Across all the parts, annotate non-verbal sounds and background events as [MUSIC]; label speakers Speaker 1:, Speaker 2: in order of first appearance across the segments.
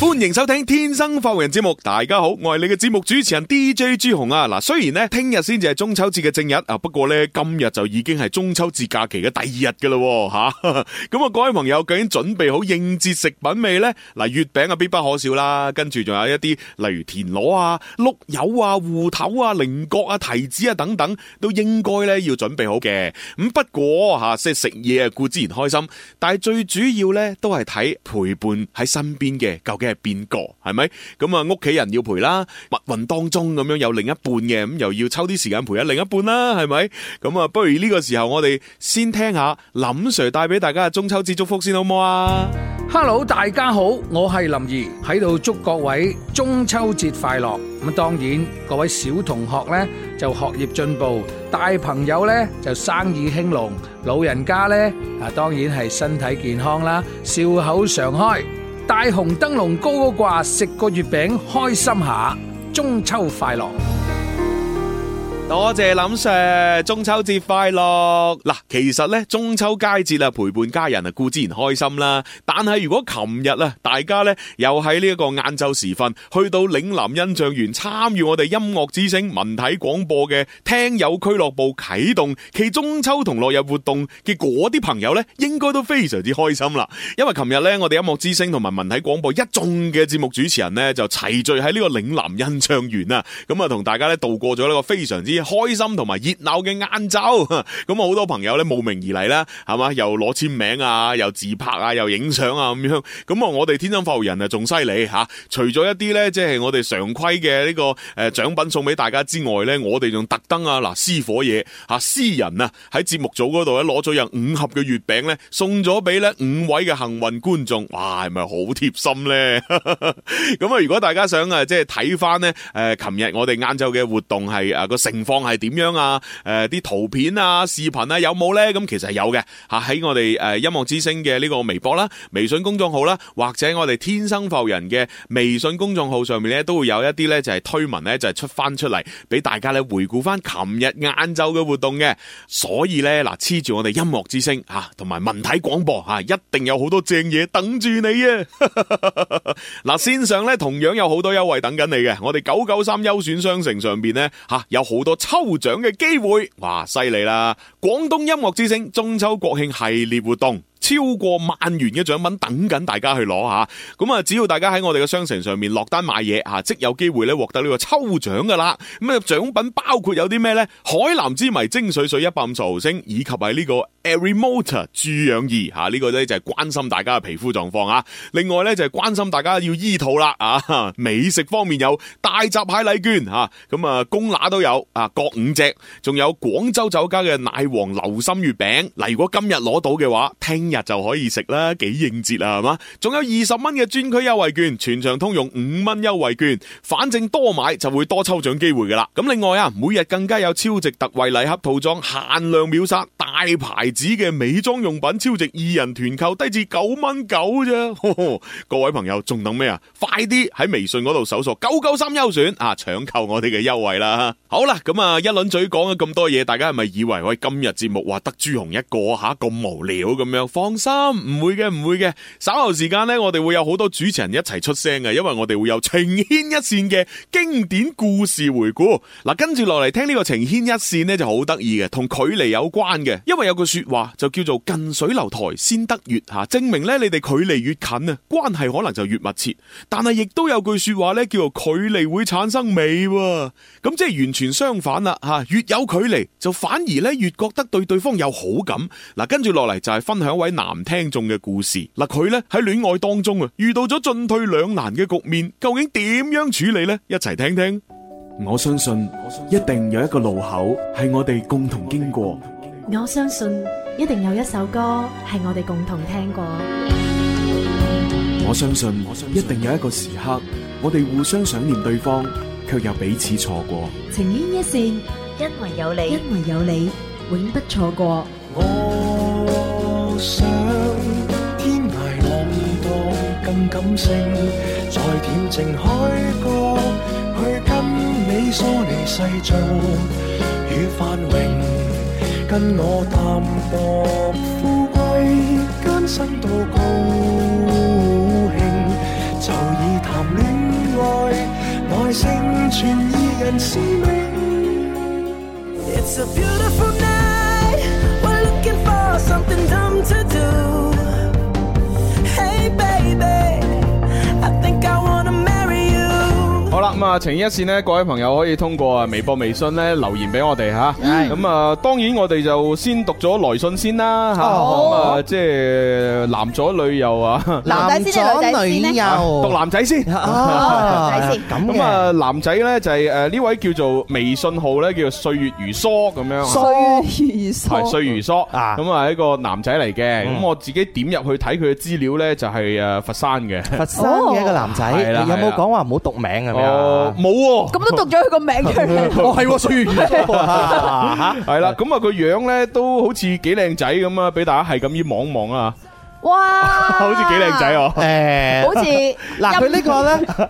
Speaker 1: 歡迎收聽《天生發人》節目。大家好，我係你嘅節目主持人 DJ 朱紅啊。嗱，雖然呢聽日先至係中秋節嘅正日啊，不過呢今日就已經係中秋節假期嘅第二日噶啦喎吓。 [LAUGHS] 咁啊，各位朋友究竟準備好應節食品未呢？嗱，月餅啊必不可少啦，跟住仲有一啲例如田螺啊、碌柚啊、芋頭啊、菱角啊、提子啊等等，都應該呢要準備好嘅。咁不過吓，即係食嘢啊固之然開心，但係最主要呢都係睇陪伴喺身邊嘅究竟。係邊個係咪？咁啊，屋企人要陪啦，密雲當中咁樣有另一半嘅，咁又要抽啲時間陪下另一半啦，係咪？咁啊，不如呢個時候我哋先聽下林 Sir 帶俾大家嘅中秋節祝福先，好唔好啊
Speaker 2: ？Hello，大家好，我係林怡，喺度祝各位中秋節快樂。咁當然，各位小同學呢就學業進步，大朋友呢就生意興隆，老人家呢啊當然係身體健康啦，笑口常開。大紅燈籠高高掛，食個月餅開心下，中秋快樂！
Speaker 1: 多謝林 Sir，中秋節快樂！嗱，其實呢，中秋佳節啊，陪伴家人啊，固之然開心啦。但係如果琴日啊，大家呢又喺呢一個晏晝時分，去到嶺南印象園參與我哋音樂之聲文體廣播嘅聽友俱樂部啟動其中秋同樂日活動嘅嗰啲朋友呢，應該都非常之開心啦。因為琴日呢，我哋音樂之聲同埋文體廣播一眾嘅節目主持人呢，就齊聚喺呢個嶺南印象園啊，咁啊，同大家呢度過咗呢個非常之開心同埋熱鬧嘅晏晝， [LAUGHS] 咁啊好多朋友咧慕名而嚟啦，係嘛？又攞簽名啊，又自拍啊，又影相啊咁樣。咁啊，我哋天生發育人啊仲犀利嚇，除咗一啲咧，即係我哋常規嘅呢個誒獎品送俾大家之外咧，我哋仲特登啊嗱私伙嘢嚇，私人啊喺節目組嗰度咧攞咗有五盒嘅月餅咧，送咗俾咧五位嘅幸運觀眾，哇係咪好貼心咧？ [LAUGHS] 咁啊，如果大家想啊即係睇翻咧誒，琴日我哋晏晝嘅活動係啊個成況係點樣啊？誒、呃、啲圖片啊、視頻啊有冇呢？咁其實係有嘅嚇，喺我哋誒、呃、音樂之聲嘅呢個微博啦、微信公眾號啦，或者我哋天生浮人嘅微信公眾號上面呢，都會有一啲呢就係、是、推文呢，就係、是、出翻出嚟俾大家呢回顧翻琴日晏晝嘅活動嘅。所以呢，嗱，黐住我哋音樂之聲嚇同埋文體廣播嚇、啊，一定有好多正嘢等住你啊！ [LAUGHS] 嗱，線上呢，同樣有好多優惠等緊你嘅，我哋九九三優選商城上邊呢，嚇、啊、有好多。抽獎嘅機會，哇，犀利啦！廣東音樂之聲中秋國慶系列活動。超過萬元嘅獎品等緊大家去攞吓，咁啊只要大家喺我哋嘅商城上面落單買嘢吓，即有機會咧獲得呢個抽獎噶啦。咁啊獎品包括有啲咩呢？海南之謎蒸水水一百五十毫升，以及係呢個 Arimoto 注氧儀吓，呢個呢就係關心大家嘅皮膚狀況啊。另外呢，就係關心大家要醫肚啦啊！ [LAUGHS] 美食方面有大閘蟹禮券吓，咁啊公乸都有啊，各五隻，仲有廣州酒家嘅奶黃流心月餅。嗱，如果今日攞到嘅話，聽日就可以食啦，幾應節啊，係嘛？仲有二十蚊嘅專區優惠券，全場通用五蚊優惠券，反正多買就會多抽獎機會噶啦。咁另外啊，每日更加有超值特惠禮盒套裝，限量秒殺大牌子嘅美妝用品，超值二人團購，低至九蚊九啫。 [LAUGHS] 各位朋友仲等咩啊？快啲喺微信嗰度搜索九九三優選啊，搶購我哋嘅優惠啦！好啦，咁啊一輪嘴講咗咁多嘢，大家係咪以為喂今日節目話得朱紅一個吓咁無聊咁樣？放心，唔會嘅，唔會嘅。稍後時間呢，我哋會有好多主持人一齊出聲嘅，因為我哋會有情牽一線嘅經典故事回顧。嗱，跟住落嚟聽呢個情牽一線呢就好得意嘅，同距離有關嘅，因為有句說話就叫做近水樓台先得月吓，證明呢，你哋距離越近啊，關係可能就越密切。但係亦都有句說話呢，叫做距離會產生美，咁即係完全相反啦吓，越有距離就反而呢越覺得對對方有好感。嗱，跟住落嚟就係分享位。男聽眾嘅故事，嗱，佢呢喺戀愛當中啊，遇到咗進退兩難嘅局面，究竟點樣處理呢？一齊聽聽。
Speaker 3: 我相信一定有一個路口係我哋共同經過，
Speaker 4: 我相信一定有一首歌係我哋共同聽過，
Speaker 3: 我相信一定有一個時刻，我哋互相想念對方，卻又彼此錯
Speaker 5: [LAUGHS]
Speaker 3: 過。
Speaker 6: 情牽一線，因為有你，
Speaker 7: 因為有你，永不錯過。我。
Speaker 8: 想天涯浪蕩更感性，在恬靜海角去跟你梳理世俗與繁榮，跟我淡薄富貴艱辛到高興，就以。愛，內盛傳二人使命。
Speaker 9: It's a beautiful night. We're looking for something dumb to do. Hey, baby, I think I wanna marry you.
Speaker 1: 好啦，咁啊，情意一線呢，各位朋友可以通過啊微博、微信咧留言俾我哋吓。咁啊，當然我哋就先讀咗來信先啦吓。咁
Speaker 10: 哦
Speaker 1: 啊，即係男左女右啊。
Speaker 10: 男仔先定女仔先咧？
Speaker 1: 讀男仔先。
Speaker 11: Ờ.
Speaker 10: 哦，男仔先
Speaker 1: 咁
Speaker 10: 嘅
Speaker 1: 啊，男仔咧就係誒呢位叫做微信號咧叫做歲月如梭咁樣。
Speaker 10: 歲
Speaker 1: 系歲如梭
Speaker 11: 啊
Speaker 1: 咁啊係一個男仔嚟嘅，咁我自己點入去睇佢嘅資料咧，就係誒佛山嘅，佛
Speaker 11: 生嘅一個男仔，
Speaker 1: 係啦
Speaker 11: 有冇
Speaker 1: 係啦
Speaker 11: 講話唔好讀名咁樣
Speaker 1: 哦
Speaker 12: [LAUGHS]
Speaker 11: 啊？
Speaker 1: 冇喎，
Speaker 10: 咁都讀咗佢個名出嚟。
Speaker 11: 哦係喎，歲月如梭啊
Speaker 1: [LAUGHS] 係啦，咁啊個樣咧都好似幾靚仔咁啊，俾大家係咁樣望望啊，
Speaker 10: 哇！
Speaker 1: [LAUGHS] [LAUGHS] 好似幾靚仔哦。
Speaker 11: 誒，
Speaker 10: 好似
Speaker 11: 嗱佢呢個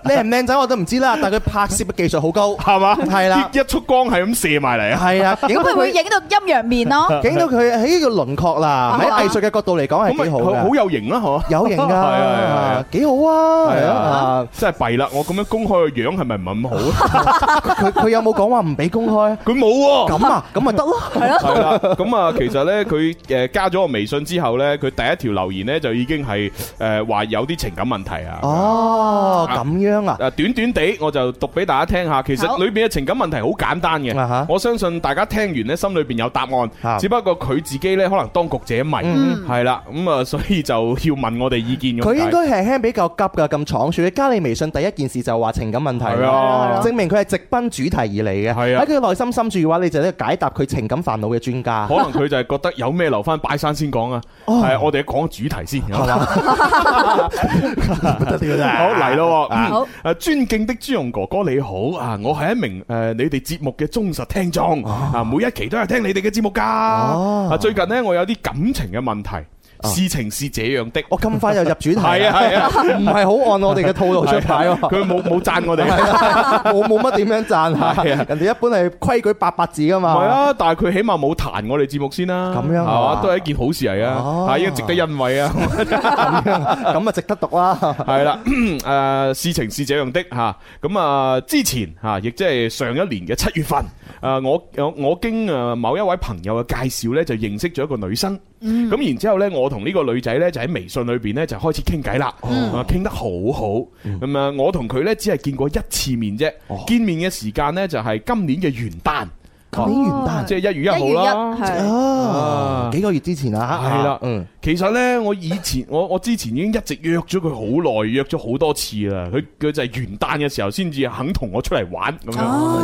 Speaker 11: 咧靚唔靚仔我都唔知啦，但係佢拍攝嘅技術好高，
Speaker 1: 係嘛？
Speaker 11: 係啦，
Speaker 1: 一束光係咁射埋嚟啊！
Speaker 11: 係啊，影
Speaker 10: 咁
Speaker 11: 到
Speaker 10: 佢會
Speaker 11: 佢
Speaker 10: 影到陰陽面咯。
Speaker 11: 影到佢喺呢個輪廓啦，喺藝術嘅角度嚟講係幾好
Speaker 1: 好
Speaker 11: 嘅
Speaker 1: 好，有型啦，嗬！
Speaker 11: 有型㗎，
Speaker 1: 係啊係啊係啊
Speaker 11: 幾好啊，
Speaker 1: 係
Speaker 11: 係
Speaker 1: 啊
Speaker 11: 啊，，
Speaker 1: 真係弊啦！我咁樣公開個樣係咪唔係咁
Speaker 11: [LAUGHS]
Speaker 1: 好？
Speaker 11: 佢佢有冇講話唔俾公開？
Speaker 1: 佢冇喎。
Speaker 11: 咁啊，咁咪得咯，係咯，
Speaker 1: 系啦，咁啊，其實咧，佢诶加咗我微信之後咧，佢第一條留言咧就已經係诶话有啲情感問題啊。
Speaker 11: 哦，咁樣啊，
Speaker 1: 誒短短地我就讀俾大家聽下，其
Speaker 10: 好
Speaker 1: 實裏邊嘅情感問題好簡單嘅
Speaker 11: 啊哈，
Speaker 1: 我相信大家聽完呢，心裏邊有答
Speaker 11: 啊
Speaker 1: 案，只不過佢自己呢，可能當局者迷，係啦，咁啊，所以就要問我哋意見咁
Speaker 11: 佢應
Speaker 1: 解
Speaker 11: 該係輕比較急㗎，咁倉促。佢加你微信第一件事就話情感問題，
Speaker 1: 係啊
Speaker 11: 證明佢係直奔主題而嚟嘅。
Speaker 1: 係啊
Speaker 11: 喺佢內心深處嘅話，你就係一個解答佢情感煩惱嘅專家
Speaker 1: 可。能佢就係覺得有咩留翻拜山先講啊，
Speaker 11: 哦
Speaker 1: 係我哋講個主題
Speaker 11: [LAUGHS]
Speaker 1: 先。好
Speaker 11: 好
Speaker 1: 嚟
Speaker 11: 啊
Speaker 1: 咯，嗯
Speaker 10: 好
Speaker 1: 誒尊敬的朱容哥哥你好啊，我係一名誒你哋節目嘅忠實聽眾啊，每一期都係聽你哋嘅節目㗎。
Speaker 11: 哦
Speaker 1: 啊，最近呢，我有啲感情嘅問題，事情是這樣的。
Speaker 11: 我咁快就入主題，
Speaker 1: 係啊係啊
Speaker 11: 唔係好按我哋嘅套路哦出牌喎。
Speaker 1: 佢冇冇讚我哋。
Speaker 11: 係 [LAUGHS] 啊我冇乜點樣讚嚇，
Speaker 1: 係啊
Speaker 11: 人哋一般係規矩八百字㗎
Speaker 1: 唔
Speaker 11: 嘛。
Speaker 1: 係啊，但係佢起碼冇彈我哋節目先啦，
Speaker 11: 咁樣啊
Speaker 1: 係嘛，都係一件好事嚟啊，
Speaker 11: 哦
Speaker 1: 係應該值得欣慰啊，
Speaker 11: 咁啊值得讀啦。
Speaker 1: [LAUGHS] 係啦， [COUGHS] 誒事情是這樣的嚇，咁啊之前嚇，亦即係上一年嘅七月份，誒我我我經誒某一位朋友嘅介紹呢，就認識咗一個女生，
Speaker 10: 嗯
Speaker 1: 咁然之後呢，我同呢個女仔呢，就喺微信裏邊呢，就開始傾偈啦，
Speaker 10: 嗯
Speaker 1: 啊傾得好好，咁啊我同佢呢，只係見過一次面啫，見面嘅時間呢，就係今年嘅元旦，啊
Speaker 11: 今年元旦
Speaker 1: 即 [LAUGHS] 係一月一號
Speaker 10: 啊一月一
Speaker 1: 啦。
Speaker 10: 係
Speaker 11: 啊，幾個月之前啊，
Speaker 1: 哦係啦
Speaker 11: 嗯，
Speaker 1: 其實呢，我以前我我之前已經一直約咗佢好耐，約咗好多次啦。佢佢就係元旦嘅時候先至肯同我出嚟玩咁樣。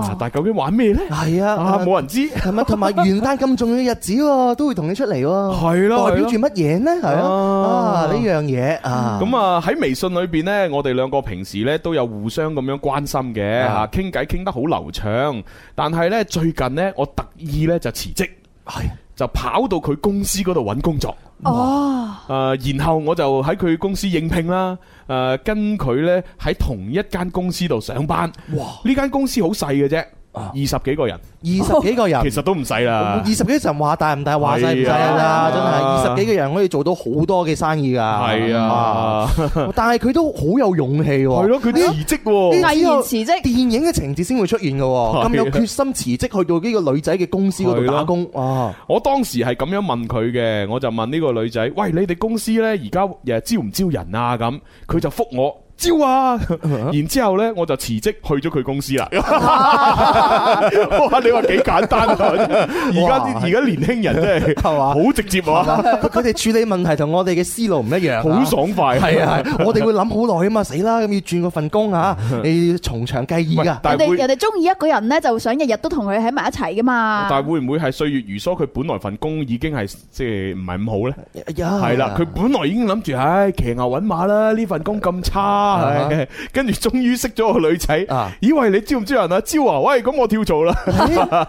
Speaker 1: 啊但係究竟玩咩呢？
Speaker 11: 係
Speaker 1: 啊，
Speaker 11: 啊。
Speaker 1: 冇人知。
Speaker 11: 係咪？同埋元旦咁重要嘅日子喎，都會同你出嚟喎。
Speaker 1: 係咯
Speaker 11: 代表住乜嘢呢？係
Speaker 1: 啊
Speaker 11: 啊，啊呢樣嘢啊，
Speaker 1: 咁啊喺微信裏邊呢，我哋兩個平時呢都有互相咁樣關心嘅嚇，
Speaker 11: 啊
Speaker 1: 傾偈傾得好流暢。但係呢，最近呢，我特意呢就辭職，
Speaker 11: 係
Speaker 1: 就跑到佢公司嗰度揾工作。
Speaker 10: 哦，
Speaker 1: 誒、然後我就喺佢公司應聘啦。誒、跟佢呢喺同一間公司度上班。
Speaker 11: 哇！
Speaker 1: 呢間公司好細嘅啫，
Speaker 11: 啊
Speaker 1: 二十幾個人，
Speaker 11: 二十幾個人，
Speaker 1: 其實都唔細啦
Speaker 11: 二。十幾個人話大唔大，話細唔細
Speaker 1: 係啊
Speaker 11: 啦，真係二十幾個人可以做到好多嘅生意㗎。
Speaker 1: 係啊，
Speaker 11: 啊，但係佢都好有勇氣喎。
Speaker 1: 係咯，佢辭職
Speaker 11: 呢
Speaker 1: 喎。
Speaker 11: 啲
Speaker 10: 毅
Speaker 11: 只有
Speaker 10: 然辭職
Speaker 11: 電影嘅情節先會出現嘅
Speaker 1: 係
Speaker 11: 喎，
Speaker 1: 啊
Speaker 11: 咁有決心辭職去到呢個女仔嘅公司嗰
Speaker 1: 係
Speaker 11: 度
Speaker 1: 咯
Speaker 11: 打工，啊哇！
Speaker 1: [LAUGHS] 我當時係咁樣問佢嘅，我就問呢個女仔：，喂，你哋公司呢？而家誒招唔招人啊？咁佢就覆我。招啊！
Speaker 11: [LAUGHS]
Speaker 1: 然之後呢，我就辭職去咗佢公司啦。哇！你話幾簡單啊！而家啲
Speaker 11: 哇
Speaker 1: 而家年輕人真係
Speaker 11: 係嘛
Speaker 1: 好直接啊，
Speaker 11: 佢佢哋處理問題同我哋嘅思路唔一樣啊，
Speaker 1: 好爽快。
Speaker 11: 係啊，係我哋會諗好耐啊嘛，死啦！咁要轉嗰份工
Speaker 1: [LAUGHS]
Speaker 11: 啊，你要從長計議
Speaker 1: 喂
Speaker 11: 噶。
Speaker 1: 但
Speaker 10: 人哋
Speaker 1: 係會
Speaker 10: 人哋中意一個人咧，就想日日都同佢喺埋一齊噶嘛。
Speaker 1: 但係會唔會係歲月如梭？佢本來份工已經係即係唔係咁好呢？
Speaker 11: 係啊
Speaker 1: 係啦，佢本來已經諗住，唉，騎牛揾馬啦，呢份工咁差，
Speaker 11: 啊
Speaker 1: 唉跟住終於識咗個女仔
Speaker 11: 啊，
Speaker 1: 以為你招唔招人啊？招啊！喂，咁我
Speaker 11: [LAUGHS]
Speaker 1: 跳槽啦，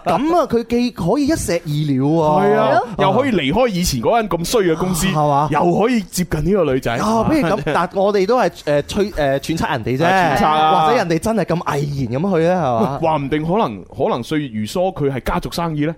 Speaker 11: 咁啊，佢既可以一石二鳥喎，哦
Speaker 1: 係啊，又可以離開以前嗰間咁衰嘅公司，
Speaker 11: 啊係嘛
Speaker 1: 又可以接近呢個女仔，
Speaker 11: 啊，不如
Speaker 1: [LAUGHS]
Speaker 11: 咁，但我哋都係誒吹誒揣測人哋
Speaker 1: 啊
Speaker 11: 啫，
Speaker 1: 揣測啊
Speaker 11: 或者人哋真係咁毅然咁去咧，係
Speaker 1: [LAUGHS]
Speaker 11: 嘛？
Speaker 1: 話唔定可能可能歲月如梭，佢係家族生意呢。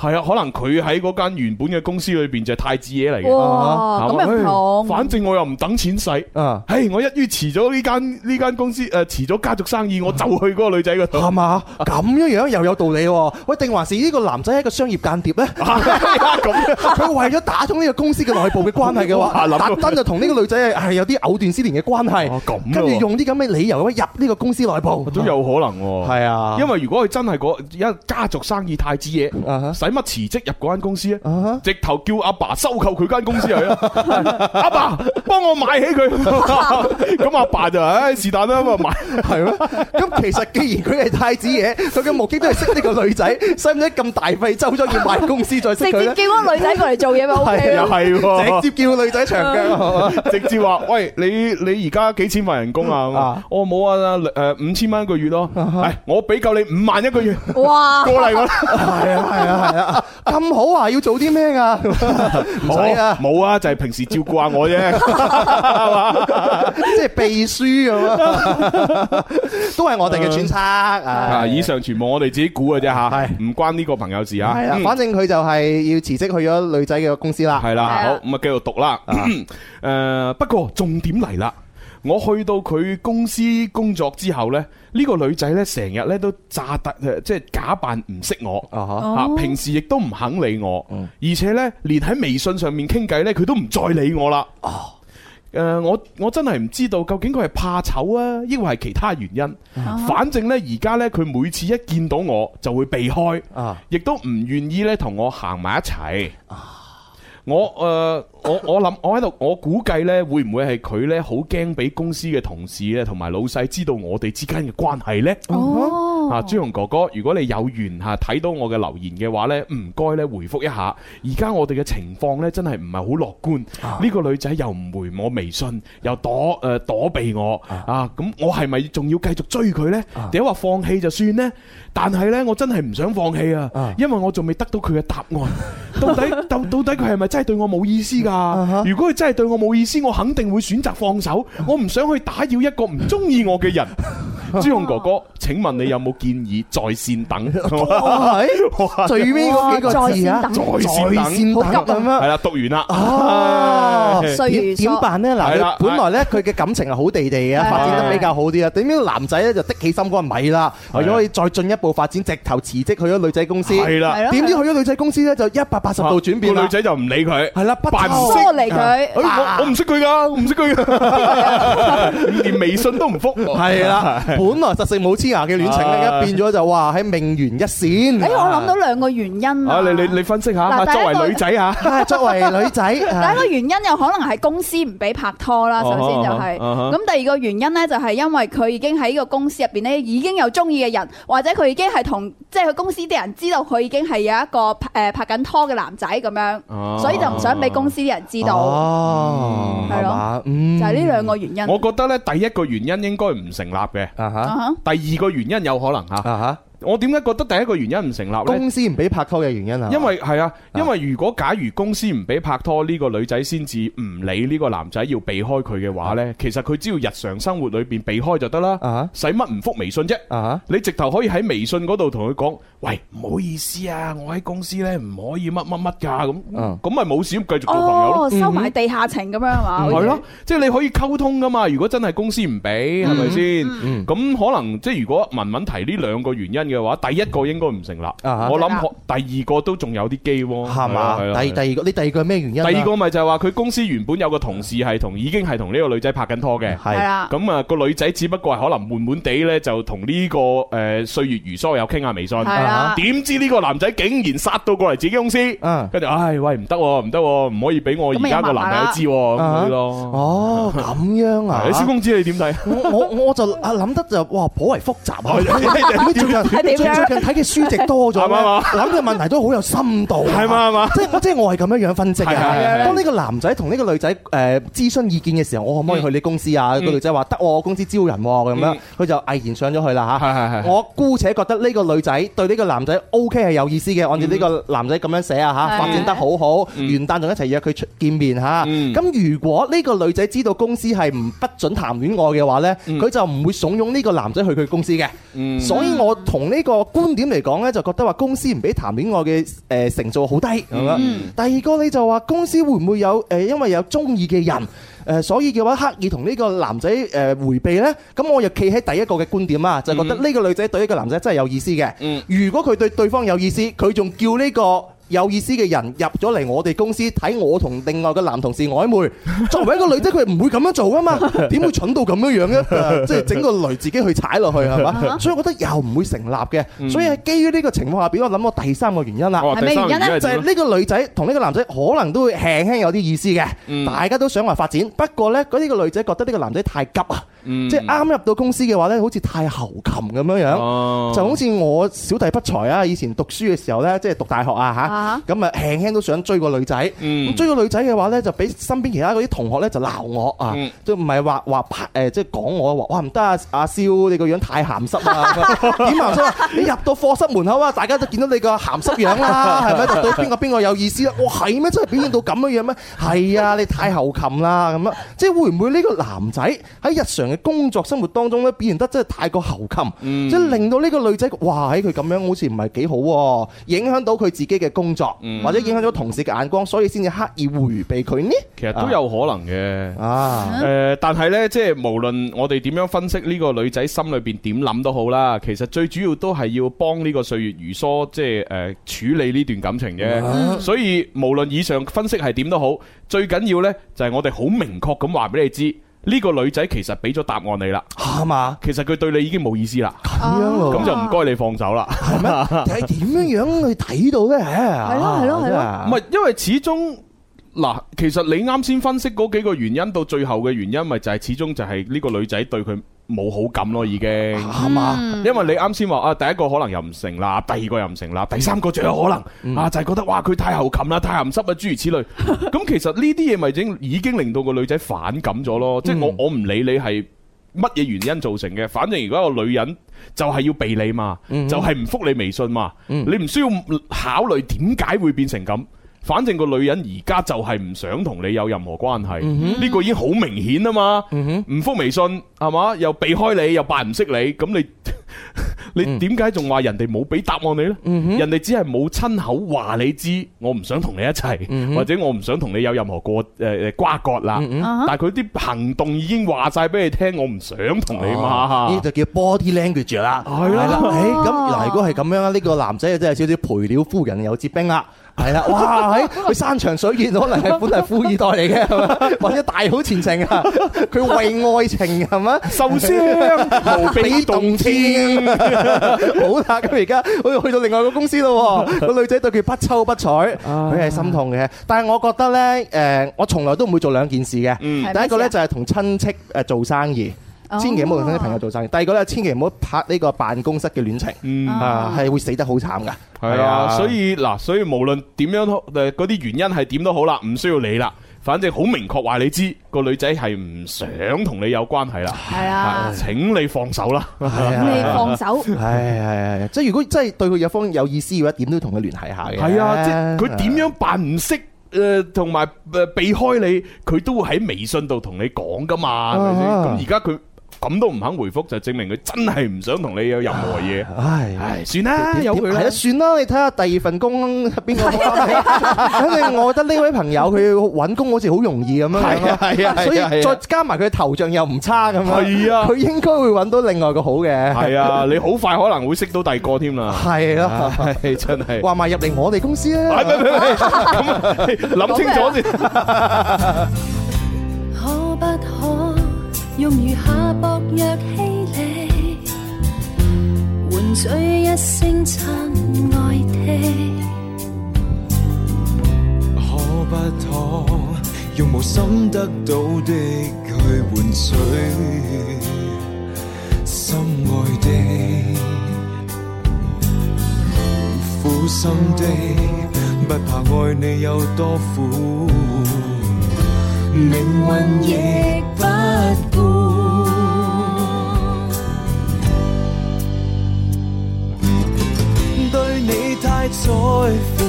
Speaker 1: 係啊，可能佢喺嗰間原本嘅公司裏邊就係太子爺嚟嘅，
Speaker 10: 哇，咁又唔
Speaker 1: 係嘛唉
Speaker 10: 同。
Speaker 1: 反正我又唔等錢使。
Speaker 11: 啊，
Speaker 1: 唉，我一於辭咗咗呢間呢間公司誒辭咗家族生意，我就去嗰個女仔嗰度。
Speaker 11: 係嘛？咁樣樣又有道理喎。喂，定還是呢個男仔係一個商業間諜
Speaker 1: [LAUGHS]
Speaker 11: 咧？咁佢為咗打通呢個公司嘅內部嘅關係嘅話，
Speaker 1: [LAUGHS] 哇諗到哦
Speaker 11: 特登就同呢個女仔係有啲藕斷絲連嘅關係，
Speaker 1: 咁
Speaker 11: 跟住
Speaker 1: 喎
Speaker 11: 用啲咁嘅理由入呢個公司內部，
Speaker 1: [LAUGHS] 都有可能喎。
Speaker 11: 係啊
Speaker 1: 因為如果佢真係嗰而家家族生意太子嘢，使乜辭職入嗰間公司啊？直頭叫阿爸收購佢間公司去啊！ [LAUGHS] 阿爸，幫我買起 [LAUGHS] 佢。咁阿爸就唉是但啦，咁啊買
Speaker 11: 係咩？咁其實既然佢係太子爺，佢嘅目的都係識呢個女仔，使唔使咁大費周章要買公司再識
Speaker 10: 直
Speaker 11: 佢
Speaker 10: 接
Speaker 11: 咧？
Speaker 10: 叫嗰個女仔過嚟做
Speaker 1: [LAUGHS]
Speaker 10: 嘢咪 OK
Speaker 1: [LAUGHS] 又
Speaker 10: 咯。
Speaker 1: 係
Speaker 11: [LAUGHS]
Speaker 1: 喎，
Speaker 11: 直接叫女仔長腳，
Speaker 1: [LAUGHS] 直接話：喂，你你而家幾千份人工啊？我冇啊，誒五千蚊一個月咯。唉我俾夠你五萬一個月。
Speaker 10: 哇！
Speaker 1: [LAUGHS] 過嚟我啦。
Speaker 11: 係啊係啊係啊，咁好啊！要做啲咩噶？唔使啊，
Speaker 1: 冇啊，就係平時照顧下我啫。
Speaker 11: 即係秘書咁啊，都係我哋嘅揣測啊
Speaker 1: 啊！。以上全部我哋自己估嘅啫吓，唔關呢個朋友事啊。
Speaker 11: 係啦，反正佢就係要辭職去咗女仔嘅公司啦。
Speaker 1: 系啦，好咁啊，繼續讀啦。 [CLEARS THROAT] 誒，不過重點嚟啦，我去到佢公司工作之後呢，呢個女仔呢，成日呢都詐突，誒即係假扮唔識我啊嗯
Speaker 10: 哦
Speaker 1: 平時亦都唔肯理我，而且呢，連喺微信上面傾偈呢，佢都唔再理我啦。誒，我我真係唔知道究竟佢係怕醜啊，抑或係其他原因。反正呢，而家呢，佢每次一見到我就會避開。
Speaker 11: 啊，
Speaker 1: 亦都唔願意咧同我行埋一齊。我誒、呃我我諗，我喺度，我估計咧，會唔會係佢咧好驚俾公司嘅同事咧同埋老細知道我哋之間嘅關係呢？
Speaker 10: 哦，
Speaker 1: 啊，朱紅哥哥，如果你有緣嚇睇到我嘅留言嘅話呢，唔該咧回覆一下。而家我哋嘅情況呢，真係唔係好樂觀。呢個女仔又唔回我微信，又躲誒、呃躲避我啊！咁我係咪仲要繼續追佢呢？定係話放棄就算呢？但係呢，我真係唔想放棄啊
Speaker 11: 啊，
Speaker 1: 因為我仲未得到佢嘅答案。到底到到底佢係咪真係對我冇意思㗎？如果佢真係對我冇意思，我肯定會選擇放手。我唔想去打擾一個唔中意我嘅人。 [LAUGHS] 朱紅哥哥，請問你有冇建議在線 [LAUGHS] 等？
Speaker 11: 哇
Speaker 1: [LAUGHS] 哇
Speaker 11: 哦係最尾嗰幾個字啊，
Speaker 10: 在
Speaker 1: 線等啊
Speaker 11: 線等咁
Speaker 1: 係
Speaker 11: 樣。
Speaker 1: 啦，讀完啦。
Speaker 11: [LAUGHS] 哦
Speaker 1: 唉
Speaker 10: 衰如
Speaker 11: 點
Speaker 10: 疏
Speaker 11: 點辦咧？
Speaker 1: 係啦
Speaker 11: 嗱，本來咧佢嘅感情係好地地嘅，發展得比較好啲啊。點解個男仔咧就的起心肝米啦？
Speaker 1: 係
Speaker 11: 為咗可以再進一步發展，直頭辭職去咗女仔公司。
Speaker 1: 係啦，
Speaker 11: 點知去咗女仔公司咧就一百八十度轉變
Speaker 1: 個
Speaker 11: 啦
Speaker 1: 女。仔就唔理佢。
Speaker 11: 係啦，不
Speaker 1: 扮唔 [LAUGHS]
Speaker 11: 抽
Speaker 1: 識
Speaker 10: 疏離佢
Speaker 1: 哎我我唔識佢㗎，我唔識佢 [LAUGHS] 㗎，連微信都唔覆我。
Speaker 11: 係啦， [LAUGHS] 本來實食冇黐牙嘅戀情咧，
Speaker 1: 啊
Speaker 11: 而家變咗就話喺命懸一線。
Speaker 10: 誒，我諗到兩個原因
Speaker 1: 啊，
Speaker 10: 啊。
Speaker 1: 你你你分析下，
Speaker 10: 嗱第一
Speaker 1: 作
Speaker 10: 個
Speaker 1: 為女仔 [LAUGHS] 嚇。
Speaker 11: 啊，作為女
Speaker 10: [LAUGHS]
Speaker 11: 仔，
Speaker 10: 第
Speaker 11: 啊
Speaker 10: 一個原因有可能係哦公司唔俾拍拖啦，首先就係、
Speaker 1: 啊哈啊哈
Speaker 10: 咁第二個原因呢，就係因為佢已經喺呢個公司入邊呢，已經有中意嘅人，或者佢已經係同即係佢公司啲人知道佢已經係有一個誒、呃拍緊拖嘅男仔咁樣，
Speaker 1: 哦
Speaker 10: 所以就唔想俾公司啲人知道，
Speaker 11: 哦，
Speaker 10: 係咯
Speaker 11: 嘛，嗯，
Speaker 10: 就係呢兩個原因。
Speaker 1: 我覺得咧，第一個原因應該唔成立嘅，
Speaker 11: 啊
Speaker 10: 啊
Speaker 11: 哈
Speaker 10: 哈
Speaker 1: 第二個原因有可能嚇。
Speaker 11: 啊哈，
Speaker 1: 我點解覺得第一個原因唔成立呢？
Speaker 11: 公司唔俾拍拖嘅原因啊，
Speaker 1: 因為係啊，因為如果假如公司唔俾拍拖，呢個女仔先至唔理呢個男仔要避開佢嘅話呢，其實佢只要日常生活裏邊避開就得啦
Speaker 11: 啊，
Speaker 1: 使乜唔覆微信啫？
Speaker 11: 啊哈
Speaker 1: 你直頭可以喺微信嗰度同佢講，喂，唔好意思啊，我喺公司呢，唔可以乜乜乜㗎
Speaker 11: 嗯
Speaker 1: 咁，咁咪冇事咁繼續做朋友咯。
Speaker 10: 哦，收埋地下情咁樣係嘛？
Speaker 1: 係咯，即係你可以溝通噶嘛。如果真係公司唔
Speaker 11: 嗯
Speaker 1: 俾，係咪先？咁可能即係如果文文提呢兩個原因嘅話，第一個應該唔成立。
Speaker 11: 哈
Speaker 1: 我諗可第二個都仲有啲機喎。
Speaker 11: 啊係嘛？
Speaker 1: 係啊
Speaker 11: 第第。二個，你第二個係咩原因
Speaker 1: 係
Speaker 11: 啊？
Speaker 1: 啊第二個咪就係話佢公司原本有個同事係同已經係同呢個女仔拍緊拖嘅。
Speaker 10: 係
Speaker 11: 係
Speaker 10: 啦，
Speaker 1: 咁啊，個女仔只不過係可能悶悶地呢，就同呢個誒歲月如梭有傾下微信。啊
Speaker 10: 係啦，
Speaker 1: 點知呢個男仔竟然殺到過嚟自己公司，
Speaker 11: 嗯
Speaker 1: 跟住唉喂唔得喎唔得喎，唔可以俾我而家個男朋友知喎咁
Speaker 11: 啊
Speaker 1: 嗰啲咯。
Speaker 11: 哦，咁樣啊
Speaker 1: 係，？蕭公子你點睇？
Speaker 11: 我我我就啊諗得就哇頗為複雜啊！[LAUGHS]
Speaker 1: 係
Speaker 11: 點解最近
Speaker 10: 點
Speaker 11: 最近
Speaker 10: 樣
Speaker 11: 睇嘅書籍多咗
Speaker 1: 係
Speaker 11: 咧，
Speaker 1: 嘛嘛
Speaker 11: 諗嘅問題都好有深度，啊
Speaker 1: 係嘛係嘛
Speaker 11: 即 [LAUGHS] 係即係我係咁樣樣分析
Speaker 1: 係係係
Speaker 11: 嘅。當呢個男仔同呢個女仔誒諮詢意見嘅時候，我可唔可以去你公司啊？個女仔話得喎，我公司招人喎咁樣
Speaker 1: 嗯，
Speaker 11: 佢就毅然上咗去啦
Speaker 1: 係係係
Speaker 11: 嚇。我姑且覺得呢個女仔對呢個男仔 O K 係有意思嘅，按照呢
Speaker 1: 嗯
Speaker 11: 個男仔咁樣寫啊
Speaker 10: 係
Speaker 11: 嚇，發展得好好，元旦仲一齊約佢出見面嚇。
Speaker 1: 嗯
Speaker 11: 咁如果呢個女仔知道公司係唔
Speaker 1: 嗯
Speaker 11: 不准談戀愛嘅話呢，佢就唔會慫恿呢個男仔去佢公司嘅。所以我同呢個觀點嚟講呢，就覺得話公司唔俾談戀愛嘅誒成數好低咁樣。
Speaker 13: 嗯
Speaker 11: 第二個你就話公司會唔會有誒，因為有中意嘅人？誒，所以嘅話刻意同呢個男仔誒迴避呢，咁我又企喺第一個嘅觀點啊，就覺得呢個女仔對呢個男仔真係有意思嘅。如果佢對對方有意思，佢仲叫呢個有意思嘅人入咗嚟我哋公司睇我同另外嘅男同事
Speaker 13: [LAUGHS]
Speaker 11: 曖昧，作為一個女仔，佢唔會咁樣做噶嘛，點會蠢到咁樣
Speaker 13: [LAUGHS]
Speaker 11: 樣嘅？即係整個雷自己去踩落去係嘛？所以我覺得又唔會成立嘅。所以係基於呢個情況下邊，我諗我第三個原因啦。
Speaker 13: 哦係咩原因呢第三個原因係
Speaker 11: 就
Speaker 13: 點
Speaker 11: 啊係
Speaker 1: 啊
Speaker 13: 呢
Speaker 11: 呢個女仔同呢個男仔可能都會輕輕有啲意思嘅，大家都想話發展。不過呢，嗰呢個女仔覺得呢個男仔太急啊，
Speaker 1: 嗯
Speaker 11: 即係啱入到公司嘅話呢，好似太猴擒咁樣
Speaker 1: 哦
Speaker 11: 樣，就好似我小弟不才啊，以前讀書嘅時候呢，即係讀大學啊
Speaker 13: 啊
Speaker 11: 吓，咁啊輕輕都想追個女仔，咁追個女仔嘅話呢，就俾身邊其他嗰啲同學呢就鬧我啊，都唔係話話拍誒，即係講我話哇唔得啊，阿蕭你個樣太鹹濕啦，點鹹濕啊？你入到課室門口啊，大家都見到你個鹹濕樣啦，係咪？就對邊個邊個有意思啦？哇，係咩？真係表現到咁樣樣咩？係啊，你太猴擒啦咁啊！即係會唔會呢個男仔喺日常嘅工作生活當中咧，表現得真係太過猴擒，即係令到呢個女仔哇，喺佢咁樣好似唔係幾好喎，影響到佢自己嘅工作，或者影響咗同事嘅眼光，所以先至刻意迴避佢呢？
Speaker 1: 其實都有可能嘅。
Speaker 11: 啊，
Speaker 1: 誒，但係呢，即係無論我哋點樣分析呢個女仔心裏邊點諗都好啦，其實最主要都係要幫呢個歲月如梭，即係誒處理呢段感情嘅。
Speaker 11: 啊
Speaker 13: 嗯
Speaker 1: 所以無論以上分析係點都好，最緊要呢就係我哋好明確咁話俾你知。呢個女仔其實俾咗答案你啦，
Speaker 11: 啊係嘛？
Speaker 1: 其實佢對你已經冇意思啦，咁
Speaker 11: 樣喎
Speaker 1: 就唔該你放手啦。
Speaker 11: 係咩？但係點樣樣去睇到咧？係
Speaker 1: 係咯係
Speaker 11: 咯
Speaker 1: 唔係，因為始終嗱，其實你啱先分析嗰幾個原因，到最後嘅原因，咪就係始終就係呢個女仔對佢。冇好感咯，已經係
Speaker 11: 嘛？
Speaker 1: 因為你啱先話啊，第一個可能又唔成立，第二個又唔成立，第三個最有可能、啊，就係、覺得哇佢太後擒啦，太鹹濕啊，諸如此類。咁其實呢啲嘢咪已經已經令到個女仔反感咗咯，即係我我唔理你係乜嘢原因造成嘅，反正如果個女人就係要避你嘛，就係唔復你微信嘛，你唔需要考慮點解會變成咁。反正個女人而家就係唔想同你有任何關係，呢、個已經好明顯啊嘛。唔復微信係嘛，又避開你，又扮唔識你，咁你
Speaker 11: 嗯
Speaker 1: 你點解仲話人哋冇俾答案你呢？人哋只係冇親口話你知，我唔想同你一齊，或者我唔想同你有任何過誒、誒瓜葛啦。
Speaker 11: 嗯
Speaker 10: 啊
Speaker 11: 哼
Speaker 1: 但係佢啲行動已經話晒俾你聽，我唔想同你嘛。
Speaker 11: 哦啊呢就叫 body language 啦，係啦，誒咁嗱，如果係咁樣啦，呢個男仔真係少少陪了夫人又折兵啦。係啦，哇！喺佢山長水遠，可能係本嚟富二代嚟嘅 [LAUGHS] 係嘛，或者大好前程啊！佢為愛情係嘛
Speaker 1: 受傷無比
Speaker 11: [LAUGHS]
Speaker 1: 動
Speaker 11: 天，好啦！咁而家好似去到另外個公司咯喎，個女仔對佢不瞅不睬，佢係心痛嘅。但係我覺得呢，誒，我從來都唔會做兩件事啊哦嘅。
Speaker 1: 嗯
Speaker 11: 第一個呢，就係同親戚誒做生意。千祈唔好同親戚朋友做生意。第二個咧，千祈唔好拍呢個辦公室嘅戀情，啊係會死得好慘噶。
Speaker 1: 嗯係啊，所以嗱，所以無論點樣都誒嗰啲原因係點都好啦，唔需要理啦。反正好明確話你知，個女仔係唔想同你有關係啦。
Speaker 10: 係啊
Speaker 1: 請你放手啦。
Speaker 11: 啊
Speaker 10: 你放手
Speaker 11: 係啊係係，即係如果真係對佢有方有意思嘅話，點都要同佢聯繫下嘅。
Speaker 1: 係啊，即係佢點樣扮唔識？誒，同埋誒避開你，佢都會喺微信度同你講噶嘛，係咪先？
Speaker 11: 啊
Speaker 1: 咁而家佢咁都唔肯回覆，就證明佢真係唔想同你有任何嘢。
Speaker 11: 唉，
Speaker 1: 唉，算啦，
Speaker 11: 點
Speaker 1: 由佢啦
Speaker 11: 係啊，。算啦，你睇下第二份工邊個好啊？反正我覺得呢位朋友佢揾工好似好容易咁樣，
Speaker 1: 係啊係啊係啊
Speaker 11: 所
Speaker 1: 係
Speaker 11: 以
Speaker 1: 啊
Speaker 11: 再加埋佢頭像又唔差咁樣，
Speaker 1: 係啊
Speaker 11: 佢應該會揾到另外個好嘅。
Speaker 1: 係啊，你好快可能會識到第二
Speaker 11: [LAUGHS]
Speaker 1: 個添啦。
Speaker 11: 係啊咯
Speaker 1: 唉，真係。
Speaker 11: [LAUGHS] 話埋入嚟我哋公司
Speaker 1: 喂
Speaker 11: 啦。
Speaker 1: 喂喂喂咁啊 [LAUGHS] 諗清楚先。
Speaker 14: 可不可用餘下薄弱氣力，換取一聲親愛的？
Speaker 8: 可不可用無心得到的去換取心愛的？苦心的，不怕愛你有多苦，命運亦不顧。對你太在乎。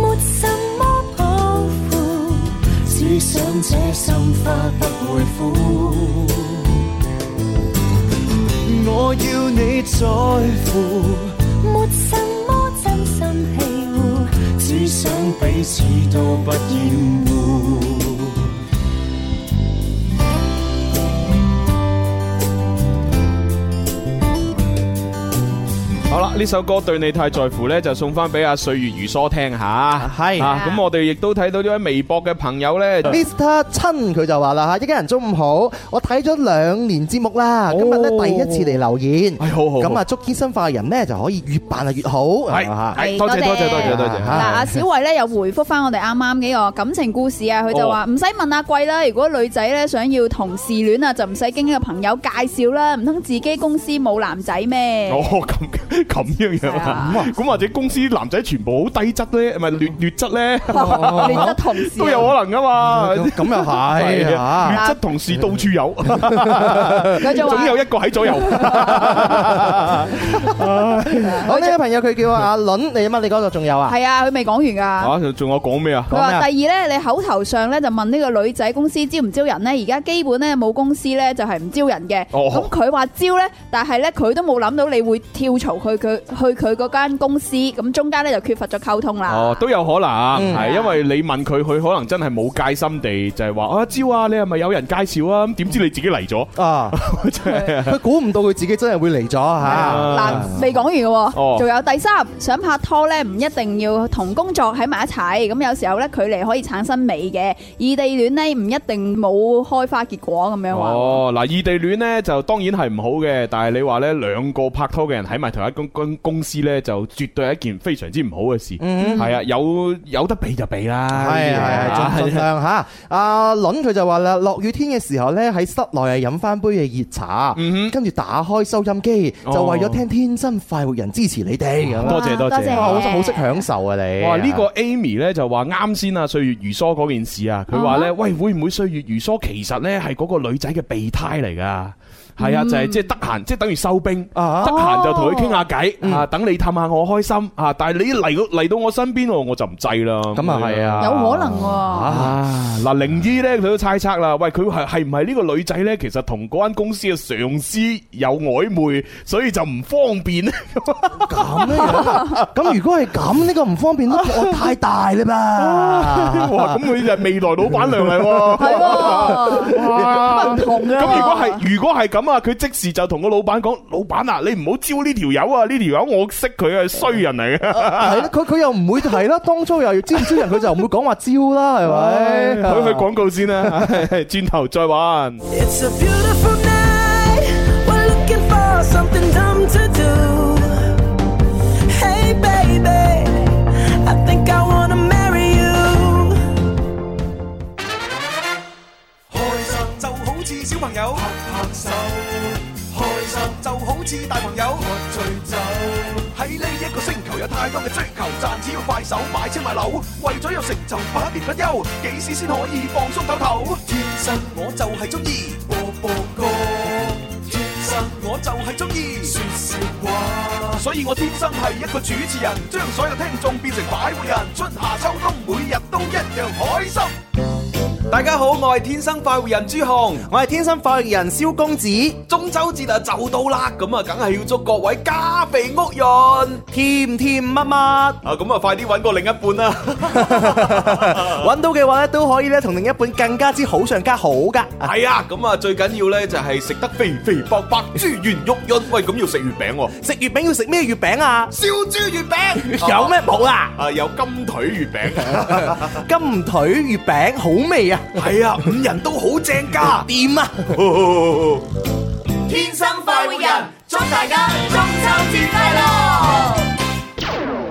Speaker 14: 沒什麼抱負，只想這心花不會枯。
Speaker 8: 我
Speaker 15: 我要你在乎，
Speaker 7: 没什么真心欺负，
Speaker 15: 只想彼此都不厭惡。
Speaker 1: 好啦，呢首歌對你太在乎呢，就送翻俾阿歲月如梭聽下。
Speaker 11: 係
Speaker 1: 啊，咁我哋亦都睇到呢位微博嘅朋友呢。
Speaker 11: Mr. 親佢就話啦嚇，一家人中午好，我睇咗兩年節目啦，今日咧第一次嚟留言，
Speaker 1: 好好，
Speaker 11: 咁啊祝天生化人呢就可以越辦啊越好，係
Speaker 1: Ờ,
Speaker 11: 嘛
Speaker 16: 係多謝多謝多謝
Speaker 1: 多謝
Speaker 16: 嗱，阿小慧咧又回覆翻我哋啱啱嘅一個感情故事啊，佢就話
Speaker 11: 哦
Speaker 16: 唔使問阿貴啦，如果女仔咧想要同事戀啊，就唔使經一個朋友介紹啦，唔通自己公司冇男仔咩？ [LAUGHS]
Speaker 1: 哦，咁咁樣樣啊，咁或者公司男仔全部好低質咧，唔係劣劣質咧，
Speaker 16: 哦劣質同事啊
Speaker 1: 都有可能噶嘛，
Speaker 11: 咁咁又係
Speaker 1: 係
Speaker 11: 啊
Speaker 1: 劣質同事到處有
Speaker 11: 佢，就話
Speaker 1: 總有一個喺左右。
Speaker 11: 我呢個朋友佢叫阿倫，你乜你嗰度仲有啊？
Speaker 16: 係啊，佢未講完㗎。
Speaker 1: 啊，仲有講咩啊？
Speaker 16: 佢話第二咧，你口頭上咧就問呢個女仔公司招唔招人咧，而家基本咧冇公司咧就係唔招人嘅。
Speaker 1: 哦
Speaker 16: 咁佢話招咧，但係咧佢都冇諗到你會跳槽去佢去佢嗰間公司，咁中間咧就缺乏咗溝通啦。
Speaker 1: 哦，都有可能，
Speaker 16: 嗯
Speaker 1: 係因為你問佢，佢可能真係冇戒心地就係話啊，招啊，你係咪有人介紹啊？咁點知你自己嚟咗
Speaker 11: 啊？佢估唔到佢自己真係會嚟咗
Speaker 1: [LAUGHS] Ờ.
Speaker 11: 嚇。
Speaker 16: 嗱，未講完嘅
Speaker 11: 哦
Speaker 16: 喎，仲有第三，想拍拖咧，唔一定要同工作喺埋一齊，咁有時候咧距離可以產生美嘅，異地戀咧唔一定冇開花結果咁樣
Speaker 11: 啊
Speaker 16: 話。
Speaker 1: 哦，嗱，異地戀呢就當然係唔好嘅，但係你話呢兩個拍拖嘅人喺埋同一間公公司呢，就絕對係一件非常之唔好嘅事。
Speaker 11: 嗯
Speaker 1: 係啊，有有得避就避啦。
Speaker 11: 係係
Speaker 1: 啊
Speaker 11: 係，盡盡量嚇。阿倫佢就話啦，落雨天嘅時候咧，喺室內啊飲翻杯嘅熱茶，跟住打開收音機，
Speaker 1: 嗯哦
Speaker 11: 就為咗聽《天生快活人》支持你哋咁樣。
Speaker 1: 多謝多謝多謝
Speaker 11: 哇好好識享受啊你。
Speaker 1: 哇！呢個 Amy 咧就話啱先啊，歲月如梭嗰件事啊，佢話咧，
Speaker 11: 啊
Speaker 1: 喂，會唔會歲月如梭其實咧係嗰個女仔嘅備胎嚟噶？係啊，
Speaker 11: 嗯
Speaker 1: 就係即係得閒，即係等於收兵，得
Speaker 11: 啊嗯
Speaker 1: 閒就同佢傾下偈啊，等你氹下我開心啊！但係你一嚟到嚟到我身邊喎，我就唔制啦。咁
Speaker 11: 啊係啊
Speaker 16: 有可能喎
Speaker 1: 啊！嗱，靈姨咧佢都猜測啦，喂，佢係係唔係呢個女仔咧？其實同嗰間公司嘅上司有曖昧，所以就唔方便咧。
Speaker 11: 咁樣咁如果係咁，呢個唔方便都我太大啦吧？
Speaker 1: [LAUGHS] 哇！咁佢就係未來老闆娘嚟喎，
Speaker 11: 係喎
Speaker 1: 哇
Speaker 11: 咁唔同㗎
Speaker 1: 咁如 [LAUGHS] 果係如果係咁啊，佢即時就同個老闆講：老闆啊，你唔好招呢條友啊！呢條友我識佢係衰人
Speaker 11: 係
Speaker 1: 嚟嘅。
Speaker 11: 啦，佢佢又唔會係啦，當初又要招唔招人，佢就唔會講話招啦，係咪？
Speaker 1: [LAUGHS] 佢去廣告先啦， [LAUGHS] 轉頭再玩。
Speaker 17: It's a beautiful night. We're looking for something dumb to do. Hey, baby, I think I wanna marry you.
Speaker 8: 开心就好似小朋友拍拍手，开心就好似大朋友喝醉酒。喺呢一個星球有太多嘅追求，賺錢要快手買車買樓，為咗有成就百年不休，幾時先可以放鬆唞唞？天生我就係中意播播歌，天生我就係中意说笑話，所以我天生係一個主持人，將所有聽眾變成擺活人，春夏秋冬每日都一樣開心。
Speaker 5: 大家好，我係天生快活人朱紅，我係天生快活人蕭公子。中秋節啊就到啦，咁啊梗係要祝各位家肥屋潤，甜甜蜜蜜。
Speaker 1: 啊，咁啊，快啲揾個另一半啦！
Speaker 5: [LAUGHS] 揾到嘅話咧，都可以咧同另一半更加之好上加好噶。係啊，咁啊最緊要咧就係食得肥肥白白，豬圓肉潤。喂，咁要食月餅喎？食月餅要食咩月餅啊？燒豬月餅有咩冇啊？
Speaker 1: 啊，有金腿
Speaker 3: [LAUGHS]
Speaker 1: 月
Speaker 5: [LAUGHS]
Speaker 1: 餅。
Speaker 5: 金腿月餅好味啊！係啊，五人都好正㗎。掂啊！哦
Speaker 17: 天生快活人，祝大家中秋節快樂！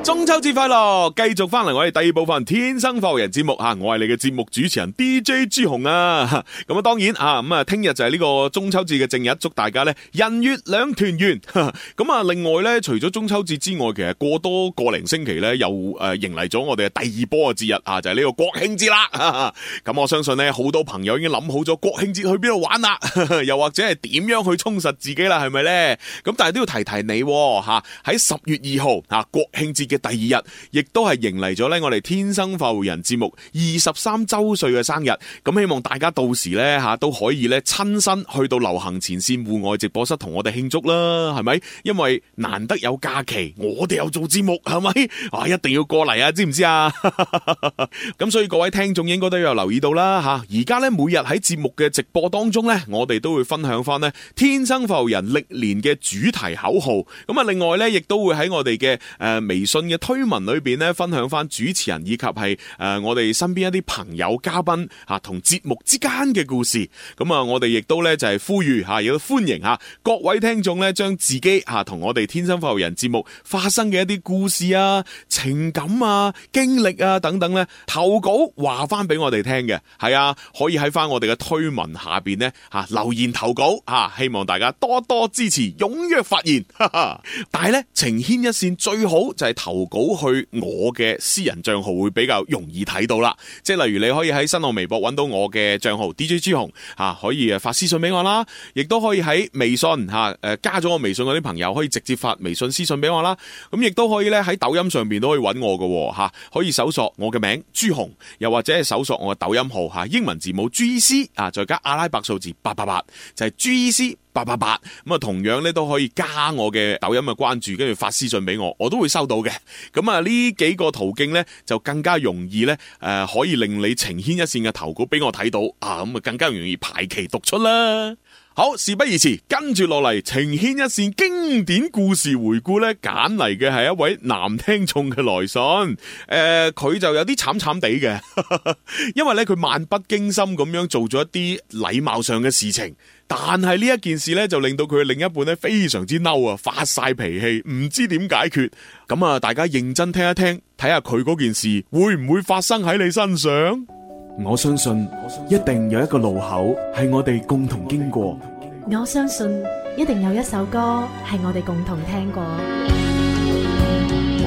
Speaker 18: 中秋節快樂！繼續翻嚟我哋第二部分《天生浮人》節目吓，我係你嘅節目主持人 DJ 朱紅啊！ [LAUGHS] 咁啊，當然啊，咁啊，聽日就係呢個中秋節嘅正日，祝大家咧人月兩團圓。 [LAUGHS] 咁啊，另外咧，除咗中秋節之外，其實過多個零星期咧，又誒迎嚟咗我哋嘅第二波嘅節日啊，就係呢個國慶節啦。 [LAUGHS] 咁我相信咧，好多朋友已經諗好咗國慶節去邊度玩啦， [LAUGHS] 又或者係點樣去充實自己啦，係咪咧？咁但係都要提提你吓，喺十月二號啊，國慶節嘅
Speaker 1: 第二日，亦都係迎嚟咗呢我哋天生快活人節目二十三周歲嘅生日。咁希望大家到時呢，吓都可以呢親身去到流行前線戶外直播室同我哋慶祝啦，係咪？因為難得有假期，我哋有做節目，係咪？啊，一定要過嚟啊，知唔知啊？ [LAUGHS] 咁所以各位聽眾應該都有留意到啦吓，而家咧每日喺節目嘅直播當中咧，我哋都會分享翻咧天生浮人歷年嘅主題口號。咁啊，另外咧亦都會喺我哋嘅誒微信嘅推文裏邊咧分享翻主持人以及係誒我哋身邊一啲朋友嘉賓吓同節目之間嘅故事。咁啊，我哋亦都咧就係呼籲吓，亦都歡迎吓各位聽眾咧將自己吓同我哋天生浮人節目發生嘅一啲故事啊、情感啊、經歷啊等等咧投稿話翻俾我哋聽嘅，係啊，可以喺翻我哋嘅推文下邊呢，吓、留言投稿吓、啊希望大家多多支持，踴躍發言。 [LAUGHS] 哈哈但係呢，情牽一線最好就係投稿去我嘅私人賬號會比較容易睇到啦。即係例如你可以喺新浪微博揾到我嘅賬號 DJ 朱紅吓、啊可以誒發私信俾我啦，亦都可以喺微信吓誒加咗我微信嗰啲朋友可以直接發微信私信俾我啦。咁亦都可以呢，喺抖音上邊都可以揾我嘅吓、可以搜索我嘅名朱紅，又或者係搜索我嘅抖音號吓、英文字母 G C 啊，再加阿拉伯數字八八八，就係 G C。八八八咁啊，同樣咧都可以加我嘅抖音嘅關注，跟住發私信俾我，我都會收到嘅。咁啊，呢幾個途徑咧就更加容易咧，誒、可以令你情牽一線嘅投稿俾我睇到啊，咁啊更加容易排期讀出啦。好，事不宜遲，跟住落嚟情牽一線經典故事回顧咧，揀嚟嘅係一位男聽眾嘅來信， [LAUGHS] 誒、佢就有啲慘慘地嘅， [LAUGHS] 因為咧佢漫不經心咁樣做咗一啲禮貌上嘅事情。但係呢一件事呢，就令到佢嘅另一半呢非常之嬲啊，發晒脾氣，唔知點解決。咁啊，大家認真聽一聽，睇下佢嗰件事會唔會發生喺你身上？
Speaker 19: 我相信一定有一個路口係我哋共同經過，
Speaker 4: 我相信一定有一首歌係我哋共同聽過。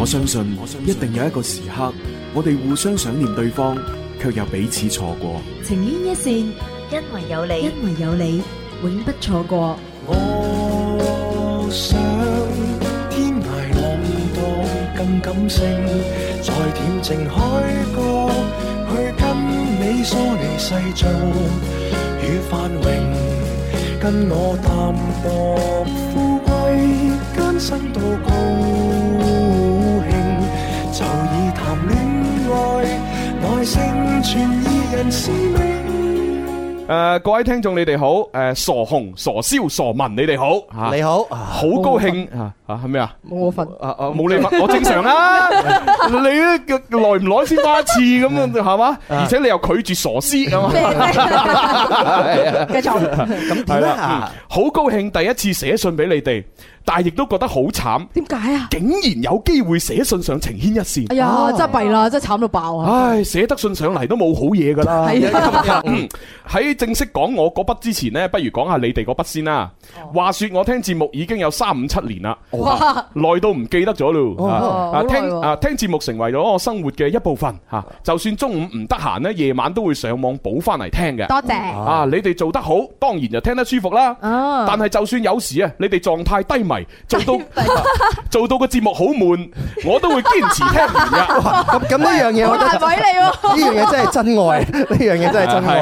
Speaker 19: 我相信一定有一個時刻，我哋互相想念對方，卻又彼此錯過。
Speaker 7: 情牽一線，因為有你，因為有你，永不錯過。
Speaker 8: 我想天涯浪蕩更感性，在恬靜海角去跟你梳理世俗與繁榮，跟我淡薄富貴艱辛到高興，就以談戀愛耐性傳意人使命。
Speaker 10: 诶、各位聽眾你哋好，诶、傻紅、傻燒、傻文，你哋好，吓
Speaker 11: 你好
Speaker 10: 好高興啊啊，系咩啊？
Speaker 7: 冇我份，
Speaker 10: 冇你份，我正常
Speaker 7: [LAUGHS]
Speaker 10: 啦。你咧耐唔耐先翻一次咁
Speaker 7: 嗯
Speaker 10: 啊，係嘛？而且你又拒絕傻
Speaker 7: [LAUGHS]
Speaker 10: 師咁啊，
Speaker 7: 繼續
Speaker 10: 咁
Speaker 11: 啊
Speaker 10: 點啦？嗯好高興第一次寫信俾你哋，但係亦都覺得好
Speaker 7: [LAUGHS]
Speaker 10: 慘。
Speaker 7: 點解啊？
Speaker 10: 竟然有機會寫信上情牽一線。
Speaker 7: 哎呀，真係弊啦，真係慘到爆啊！
Speaker 10: 唉，寫得信上嚟都冇好嘢噶啦。
Speaker 7: 係啊
Speaker 10: 嗯喺正式講我嗰筆之前呢，不如講下你哋嗰筆先啦。話說我聽節目已經有三五七年啦，啊
Speaker 7: 哇
Speaker 10: 耐到唔記得咗咯。
Speaker 7: 哦
Speaker 10: 啊啊
Speaker 7: 好耐
Speaker 10: 聽
Speaker 7: 喎
Speaker 10: 啊聽節目成為咗我生活嘅一部分嚇，就算中午唔得閒呢，夜晚都會上網補翻嚟聽嘅。
Speaker 7: 多謝
Speaker 10: 啊！你哋做得好，當然就聽得舒服啦。
Speaker 7: 哦
Speaker 10: 但係就算有時啊，你哋狀態低迷，做
Speaker 7: [LAUGHS]
Speaker 10: 到 [LAUGHS] 做到個節目好悶，我都會堅持聽完㗎。
Speaker 11: 咁咁呢樣嘢，我覺得
Speaker 7: 好難為你喎
Speaker 11: 呢樣嘢真係真愛，啊呢樣嘢真係真愛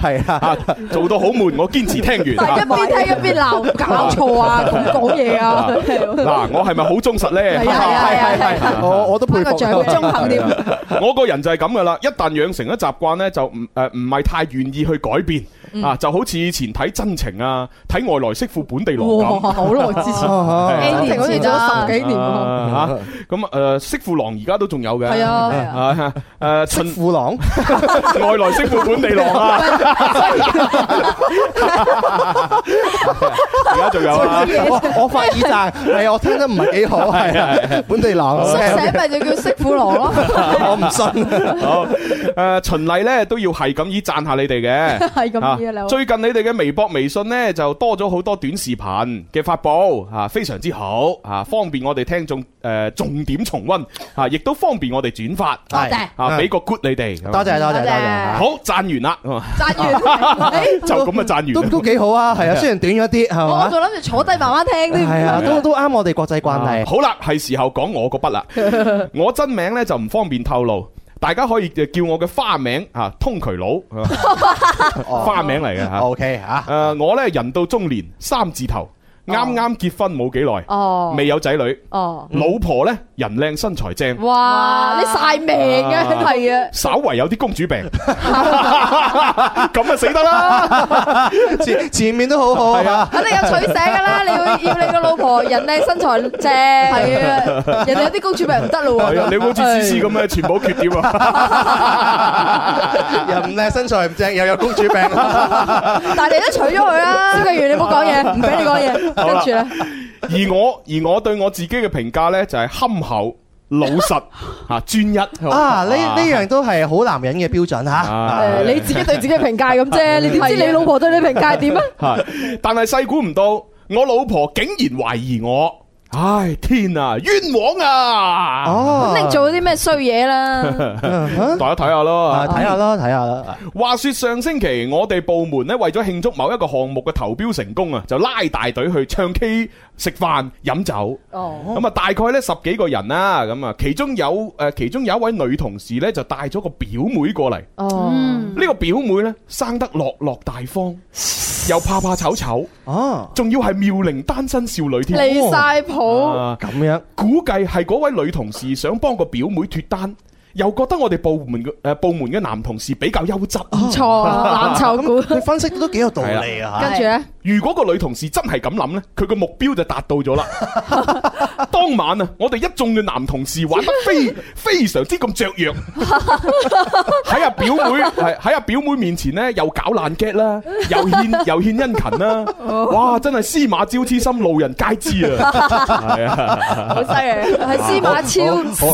Speaker 10: 係啊，做到好悶，我堅持聽完。
Speaker 7: 但 [LAUGHS]
Speaker 10: 啊
Speaker 16: [LAUGHS]
Speaker 7: 係一邊聽一邊鬧，搞錯啊！咁講嘢啊！
Speaker 10: 嗱，我係咪好忠實咧？
Speaker 7: 係啊係啊係啊係啊
Speaker 11: 我我都佩服
Speaker 7: 頒個獎俾中肯添
Speaker 10: [LAUGHS] 我個人就係咁噶啦，一旦養成咗習慣咧，就唔誒唔係太願意去改變
Speaker 7: 嗯
Speaker 10: 啊，就好似以前睇真情啊，睇外來媳婦本地郎
Speaker 7: 哇
Speaker 10: 咁。啊
Speaker 7: 好耐之前
Speaker 10: 係啊
Speaker 7: 真情好似做咗十幾年喎。
Speaker 10: 啊嚇咁誒媳婦郎而家都仲有嘅。
Speaker 7: 係啊係
Speaker 10: [LAUGHS] 啊誒媳
Speaker 11: 婦郎
Speaker 10: [LAUGHS] 外來媳婦本地郎啊，
Speaker 7: [LAUGHS]
Speaker 10: 而家仲有啊。
Speaker 11: 我我發耳贊，係啊我聽得唔係幾好，係啊，本地郎，
Speaker 10: 哦
Speaker 7: 縮寫咪就叫媳婦郎咯。
Speaker 11: 我唔信。
Speaker 10: 好，诶、循例咧都要係咁以讚下你哋嘅，
Speaker 7: 係咁意啊
Speaker 10: 啊
Speaker 7: 兩位
Speaker 10: 最近你哋嘅微博、微信咧就多咗好多短視頻嘅發布，
Speaker 1: 啊，非常之好啊，方便我哋聽眾誒重點重温啊，亦都方便我哋轉發，
Speaker 11: [LAUGHS] 多謝
Speaker 1: 啊，俾個 good 你哋，
Speaker 11: 多謝多謝多謝
Speaker 1: 好讚完啦，
Speaker 10: 讚
Speaker 11: 完
Speaker 1: 就咁啊讚完，
Speaker 11: 都都幾好啊，係啊，雖然短咗啲，係
Speaker 10: 我我
Speaker 11: 嘛
Speaker 10: 仲，諗住坐低慢慢聽添。
Speaker 11: 係啊，都都啱我哋國際慣例。
Speaker 1: 好啦，係時候講我個筆啦。我真名呢就唔方便透露，大家可以呃叫我嘅花名啊，通渠佬，花名嚟嘅吓。
Speaker 11: OK 啊吓。
Speaker 1: 誒，呃我呢人到中年，三字頭，
Speaker 11: 哦
Speaker 1: 啱啱結婚冇幾耐，
Speaker 10: 哦
Speaker 1: 未有仔女，
Speaker 10: 哦，
Speaker 1: 老婆呢人靚身材正，
Speaker 10: 哇！你晒命啊，
Speaker 1: 啊
Speaker 10: 係啊，
Speaker 1: 稍為有啲公
Speaker 11: [LAUGHS]
Speaker 1: 主病， [LAUGHS] 咁啊死得
Speaker 11: [LAUGHS]
Speaker 1: 啦！
Speaker 11: 前前面都好好啊，
Speaker 10: 肯定有取捨噶啦。你要要你個老婆人靚身材正，係啊，人哋有啲公主病唔得咯喎。
Speaker 1: 係啊，你好似思思咁啊，全部缺點啊！
Speaker 11: 哎 [LAUGHS] 又唔靚，身材唔正，又有公主病。 [LAUGHS]
Speaker 10: 但係你都娶咗佢啦，蕭敬元，你唔好講嘢，唔俾你講嘢。
Speaker 1: 好啦
Speaker 10: 跟住咧，
Speaker 1: [LAUGHS] 而我而我對我自己嘅評價呢，就係憨厚、老
Speaker 11: [LAUGHS]
Speaker 1: 實、嚇專一
Speaker 11: 啊，呢呢
Speaker 1: [LAUGHS]
Speaker 11: 樣都係好男人嘅標準
Speaker 1: 啊
Speaker 11: 吓。
Speaker 10: 你自己對自己嘅評價咁啫，你點知你老婆對你評價係點啊？
Speaker 1: 係，但係細估唔到，我老婆竟然懷疑我，唉天啊，冤枉啊！
Speaker 11: 哦
Speaker 10: 肯定做咗啲咩衰嘢啦。
Speaker 1: 大家睇下咯，
Speaker 11: 啊睇下啦，睇下啦。
Speaker 1: 話說上星期我哋部門咧為咗慶祝某一個項目嘅投標成功啊，就拉大隊去唱 K、食飯、飲酒。
Speaker 10: 哦，
Speaker 1: 咁啊，大概咧十幾個人啦，咁啊，其中有誒、呃其中有一位女同事咧就帶咗個表妹過嚟。
Speaker 10: 哦，
Speaker 1: 呢個表妹咧生得落落大方，又怕怕醜醜，
Speaker 11: 哦，
Speaker 1: 仲要係妙齡單身少女添，
Speaker 10: 離晒譜。
Speaker 1: 啊
Speaker 11: 咁樣
Speaker 1: 估計係嗰位女同事想幫個表妹脱單，又覺得我哋部門嘅誒部門嘅男同事比較優質，
Speaker 10: 唔錯
Speaker 11: 哦
Speaker 10: 啊，藍籌
Speaker 11: [LAUGHS]
Speaker 10: 股。
Speaker 11: 佢分析都幾有道理
Speaker 1: 係
Speaker 11: 啊。
Speaker 10: 跟住咧，
Speaker 1: 如果個女同事真係咁諗呢，佢個目標就達到咗啦。
Speaker 11: [LAUGHS]
Speaker 1: 當晚啊，我哋一眾嘅男同事玩得非非常之咁雀躍，喺阿
Speaker 11: [LAUGHS]
Speaker 1: 表妹係喺阿表妹面前呢，又搞爛 get 啦，又獻又獻殷勤啦，
Speaker 11: 哦
Speaker 1: 哇！真係司馬昭之心，路人皆知啊！
Speaker 11: [LAUGHS]
Speaker 1: 係啊，
Speaker 10: 好犀利，係司馬超。
Speaker 11: 好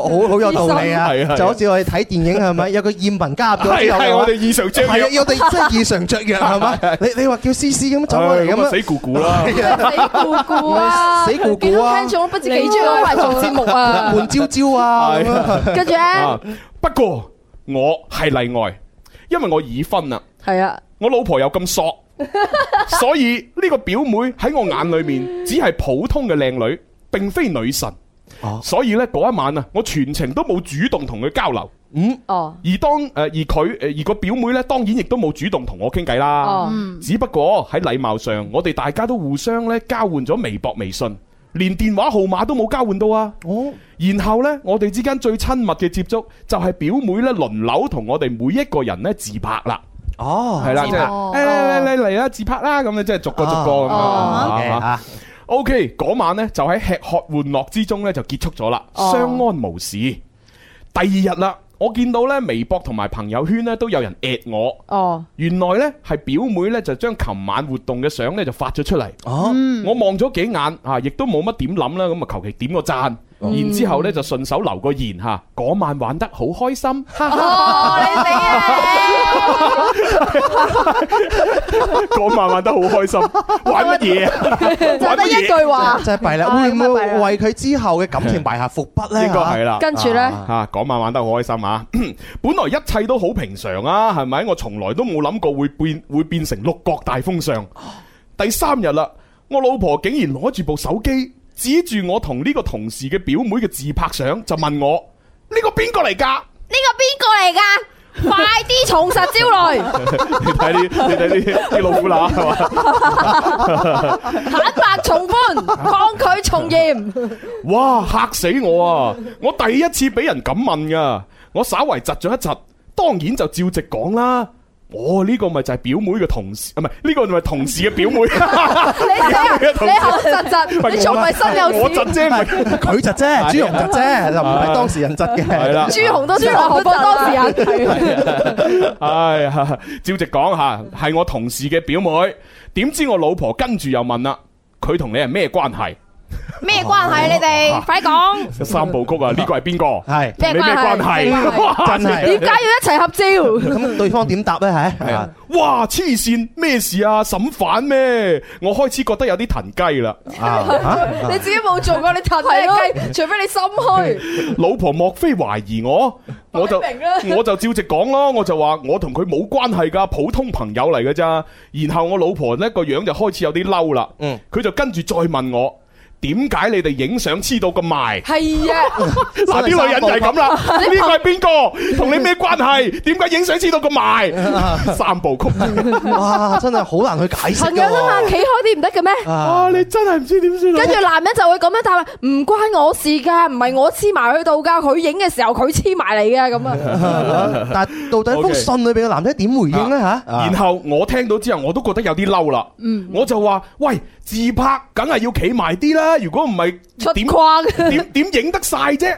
Speaker 11: 好好有道理啊
Speaker 1: 係啊係！啊
Speaker 11: 就好似我哋睇電影係咪有個艷文加入咗之後係
Speaker 1: 係係
Speaker 11: 嘛
Speaker 1: 我哋異常雀躍
Speaker 11: 係啊，我哋真係異常雀躍係嘛？你你話叫思思咁走過嚟咁啊
Speaker 1: 唉咁啊死咕
Speaker 10: 死姑
Speaker 11: [LAUGHS]
Speaker 1: 咕啦！
Speaker 10: 姑啊！
Speaker 11: 死咕咕啊
Speaker 10: 見到聽眾不知幾中意攞嚟做節目啊！
Speaker 11: 換招招啊！咁啊
Speaker 10: 跟住咧，
Speaker 1: 啊不過我係例外，因為我已婚啦。
Speaker 10: 係啊，
Speaker 1: 我老婆又咁索，所以呢個表妹喺我眼裏面只係普通嘅靚女，並非女神。所以呢，嗰一晚啊，我全程都冇主動同佢交流。
Speaker 11: 嗯，
Speaker 10: 哦，
Speaker 1: 而當誒、呃而佢誒而個表妹呢，當然亦都冇主動同我傾偈啦。
Speaker 10: 哦嗯
Speaker 1: 只不過喺禮貌上，我哋大家都互相咧交換咗微博、微信，連電話號碼都冇交換到啊。
Speaker 11: 哦，
Speaker 1: 然後呢，我哋之間最親密嘅接觸就係表妹呢輪流同我哋每一個人呢自拍啦。
Speaker 11: 哦，
Speaker 1: 係啦，即係
Speaker 10: 哦
Speaker 1: 誒嚟嚟嚟啦，自拍啦，咁樣即係逐個逐個咁
Speaker 11: 哦
Speaker 1: 樣啊。
Speaker 11: OK，
Speaker 1: 啊 O K，嗰晚呢，就喺吃喝玩樂之中呢，就結束咗啦，
Speaker 10: 哦
Speaker 1: 相安無事。第二日啦，我見到呢微博同埋朋友圈呢，都有人 at 我，
Speaker 10: 哦，
Speaker 1: 原來呢係表妹呢，就將琴晚活動嘅相呢就發咗出嚟。
Speaker 11: 哦，
Speaker 1: 我望咗幾眼啊，亦都冇乜點諗啦，咁啊求其點個讚，
Speaker 10: 嗯
Speaker 1: 然之後咧就順手留個言吓，嗰晚玩得好開
Speaker 10: [LAUGHS]
Speaker 1: 心，
Speaker 10: 哦，你死啊！
Speaker 1: 嗰晚玩得好
Speaker 10: [LAUGHS]
Speaker 1: 開心，玩乜嘢啊？
Speaker 10: 就得一句話，
Speaker 11: 真係弊啦！
Speaker 10: 唉
Speaker 11: 會唔
Speaker 10: 咁啊弊啦
Speaker 11: 會為佢之後嘅感情埋下伏筆咧？
Speaker 1: 應該係啦。
Speaker 10: 跟住咧，
Speaker 1: 啊，嗰晚玩得好開心啊！ [CLEARS THROAT] 本來一切都好平常啊，係咪？我從來都冇諗過會變會變成六國大封相。第三日啦，我老婆竟然攞住部手機指住我同呢個同事嘅表妹嘅自拍相，就問我呢個邊個嚟㗎？
Speaker 10: 呢個邊個嚟㗎？快啲重實招來，
Speaker 1: 你睇呢，你睇呢啲老虎乸係嘛？
Speaker 10: 坦白從寬，抗拒從嚴。
Speaker 1: 哇，嚇死我啊！我第一次俾人咁問噶，我稍為窒咗一窒，當然就照直講啦。我呢、個咪就係表妹嘅同事，啊唔係呢個咪同事嘅表 [LAUGHS] 妹。
Speaker 10: 你死啊！你口窒窒，你仲咪身有
Speaker 1: 我
Speaker 10: 事
Speaker 1: 窒？啫，唔係
Speaker 11: 佢窒啫，朱紅窒啫，就唔係當事人窒嘅。
Speaker 1: 係啦
Speaker 10: 朱紅都朱紅好多當事人，
Speaker 1: [LAUGHS] 唉，照直講吓，係我同事嘅表妹。點知我老婆跟住又問啦，佢同你係咩關係？
Speaker 10: 咩關係你哋？快講，
Speaker 1: 三部 [LAUGHS] 曲啊，呢個係邊個？係
Speaker 10: 咩
Speaker 1: 你咩關係？
Speaker 10: 點解要一齊合照？
Speaker 11: 咁對方點答咧？係
Speaker 1: 係啊！哇，黐線，咩事啊？審犯咩？我開始覺得有啲騰雞啦。
Speaker 10: 你自己冇做過，你騰咩雞？除非你心虛。
Speaker 1: 老婆莫非懷疑我？我就
Speaker 10: 擺明啦
Speaker 1: 我就照直講咯，我就話我同佢冇關係㗎，普通朋友嚟㗎咋。然後我老婆呢個樣就開始有啲嬲啦，佢就跟住再問我。點解你哋影相黐到咁埋？
Speaker 10: 係啊
Speaker 1: 嗱啲女人就係咁啦。
Speaker 10: [LAUGHS] 你
Speaker 1: 呢個係邊個？同你咩關係？點解影相黐到咁埋？三部曲。
Speaker 11: 哇，真係好難去解釋
Speaker 10: 朋友啫嘛，企開啲唔得嘅咩？
Speaker 11: [LAUGHS] 啊
Speaker 1: 你真係唔知點算。
Speaker 10: 跟住男人就會咁樣答啦，唔關我事㗎，唔係我黐埋去到㗎，佢影嘅時候佢黐埋嚟嘅咁啊。
Speaker 11: 但係到底封
Speaker 1: OK
Speaker 11: 信裏邊嘅男仔點回應咧吓？
Speaker 1: 然後我聽到之後，我都覺得有啲嬲啦。
Speaker 10: 嗯
Speaker 1: 我就話：喂，自拍梗係要企埋啲啦，如果唔係
Speaker 10: 出
Speaker 1: 點
Speaker 10: 框
Speaker 1: 點點影得晒
Speaker 10: [LAUGHS]
Speaker 1: 啫？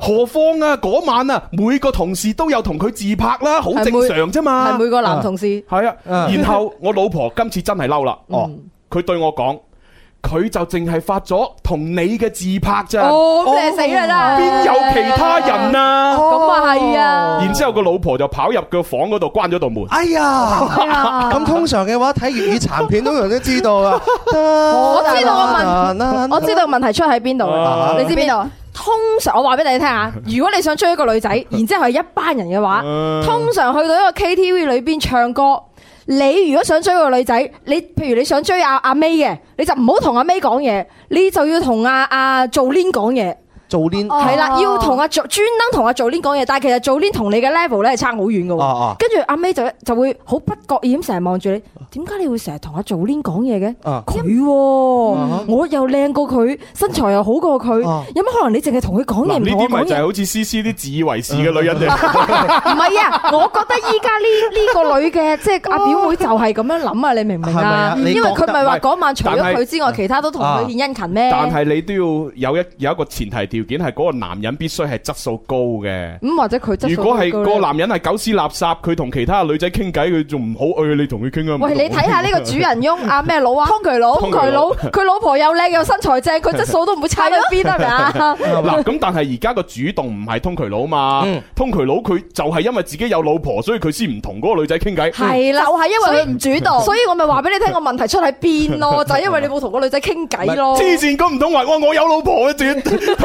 Speaker 1: 何況啊，嗰晚啊，每個同事都有同佢自拍啦，好正常啫嘛。
Speaker 10: 係每個男同事。嗯
Speaker 1: 係啊，然後我老婆今次真係嬲
Speaker 10: [LAUGHS]
Speaker 1: 啦，哦，佢對我講。佢就淨係發咗同你嘅自拍咋，
Speaker 10: 哦咁你就死啦真係
Speaker 1: 邊有其他人啊？
Speaker 10: 咁啊係啊
Speaker 1: 然之後個老婆就跑入個房嗰度關咗道門。
Speaker 11: 哎呀，咁通常嘅話睇粵語殘片都人都知道
Speaker 10: [LAUGHS]
Speaker 11: 啊。
Speaker 10: 我
Speaker 11: 我
Speaker 10: 知道個問，我知道問題出喺邊度啦
Speaker 11: 啊
Speaker 10: 你知邊度啊？通常我話俾你聽啊，如果你想追一個女仔，然之後係一班人嘅話，通常去到一個 KTV 裏邊唱歌。你如果想追個女仔，你譬如你想追阿阿 May 嘅，你就唔好同阿 May 講嘢，你就要同阿阿 Jolin 講嘢。
Speaker 11: 做 link
Speaker 10: 係啦，要同阿 Jo 專登同阿 Jolin 講嘢，但係其實 Jolin 同你嘅 level 咧係差好遠嘅
Speaker 11: 哦哦
Speaker 10: 喎。跟住阿 May 就就會好不覺意咁成日望住你，
Speaker 1: 啊
Speaker 10: 點解你會成日同阿 Jolin 講嘢嘅？
Speaker 11: 啊
Speaker 10: 佢喎，我又靚過佢，身材又好過佢，有乜可能你淨係同佢講嘢
Speaker 1: 啊嗱，
Speaker 10: 唔
Speaker 1: 呢
Speaker 10: 同我
Speaker 1: 啲咪
Speaker 10: 講
Speaker 1: 就係 [LAUGHS]
Speaker 10: 嘢？
Speaker 1: 好似思思啲自以為是嘅女人嚟。
Speaker 10: 唔 [LAUGHS] 係啊，我覺得依家呢呢個女嘅即係阿表妹就係咁樣諗啊，你明唔明
Speaker 1: 係咪
Speaker 10: 啊
Speaker 1: 啊？你
Speaker 10: 因為佢咪話
Speaker 1: 覺得
Speaker 10: 嗰晚除咗
Speaker 1: 但係啊
Speaker 10: 佢之外，其他都同佢獻殷勤咩？
Speaker 1: 但係你都要有一有一個前提條件係嗰個男人必須係質素高嘅。
Speaker 10: 咁或者佢質素
Speaker 1: 如果係
Speaker 10: 高
Speaker 1: 個
Speaker 10: 咧
Speaker 1: 男人係狗屎垃圾，佢同其他女仔傾偈，佢仲唔好誒你同佢傾啊？
Speaker 10: 喂，你睇下呢個主人翁啊咩佬啊，湯渠佬，湯
Speaker 1: 湯渠佬
Speaker 10: 渠佬，佢老婆又靚又身材正，佢質素都唔會差到邊係咪啊？
Speaker 1: 嗱，咁但係而家個主動唔係通渠佬嘛？通渠佬佢就係因為自己有老婆，所以佢先唔同嗰個女仔傾偈。
Speaker 10: 係啦，就係因為佢唔主
Speaker 1: 動
Speaker 10: 所以我咪話俾你聽個問題出喺邊 [LAUGHS] 咯，就係因為你冇同個女仔傾偈咯。
Speaker 1: 黐線，咁唔通話哇我有老婆啊？仲要同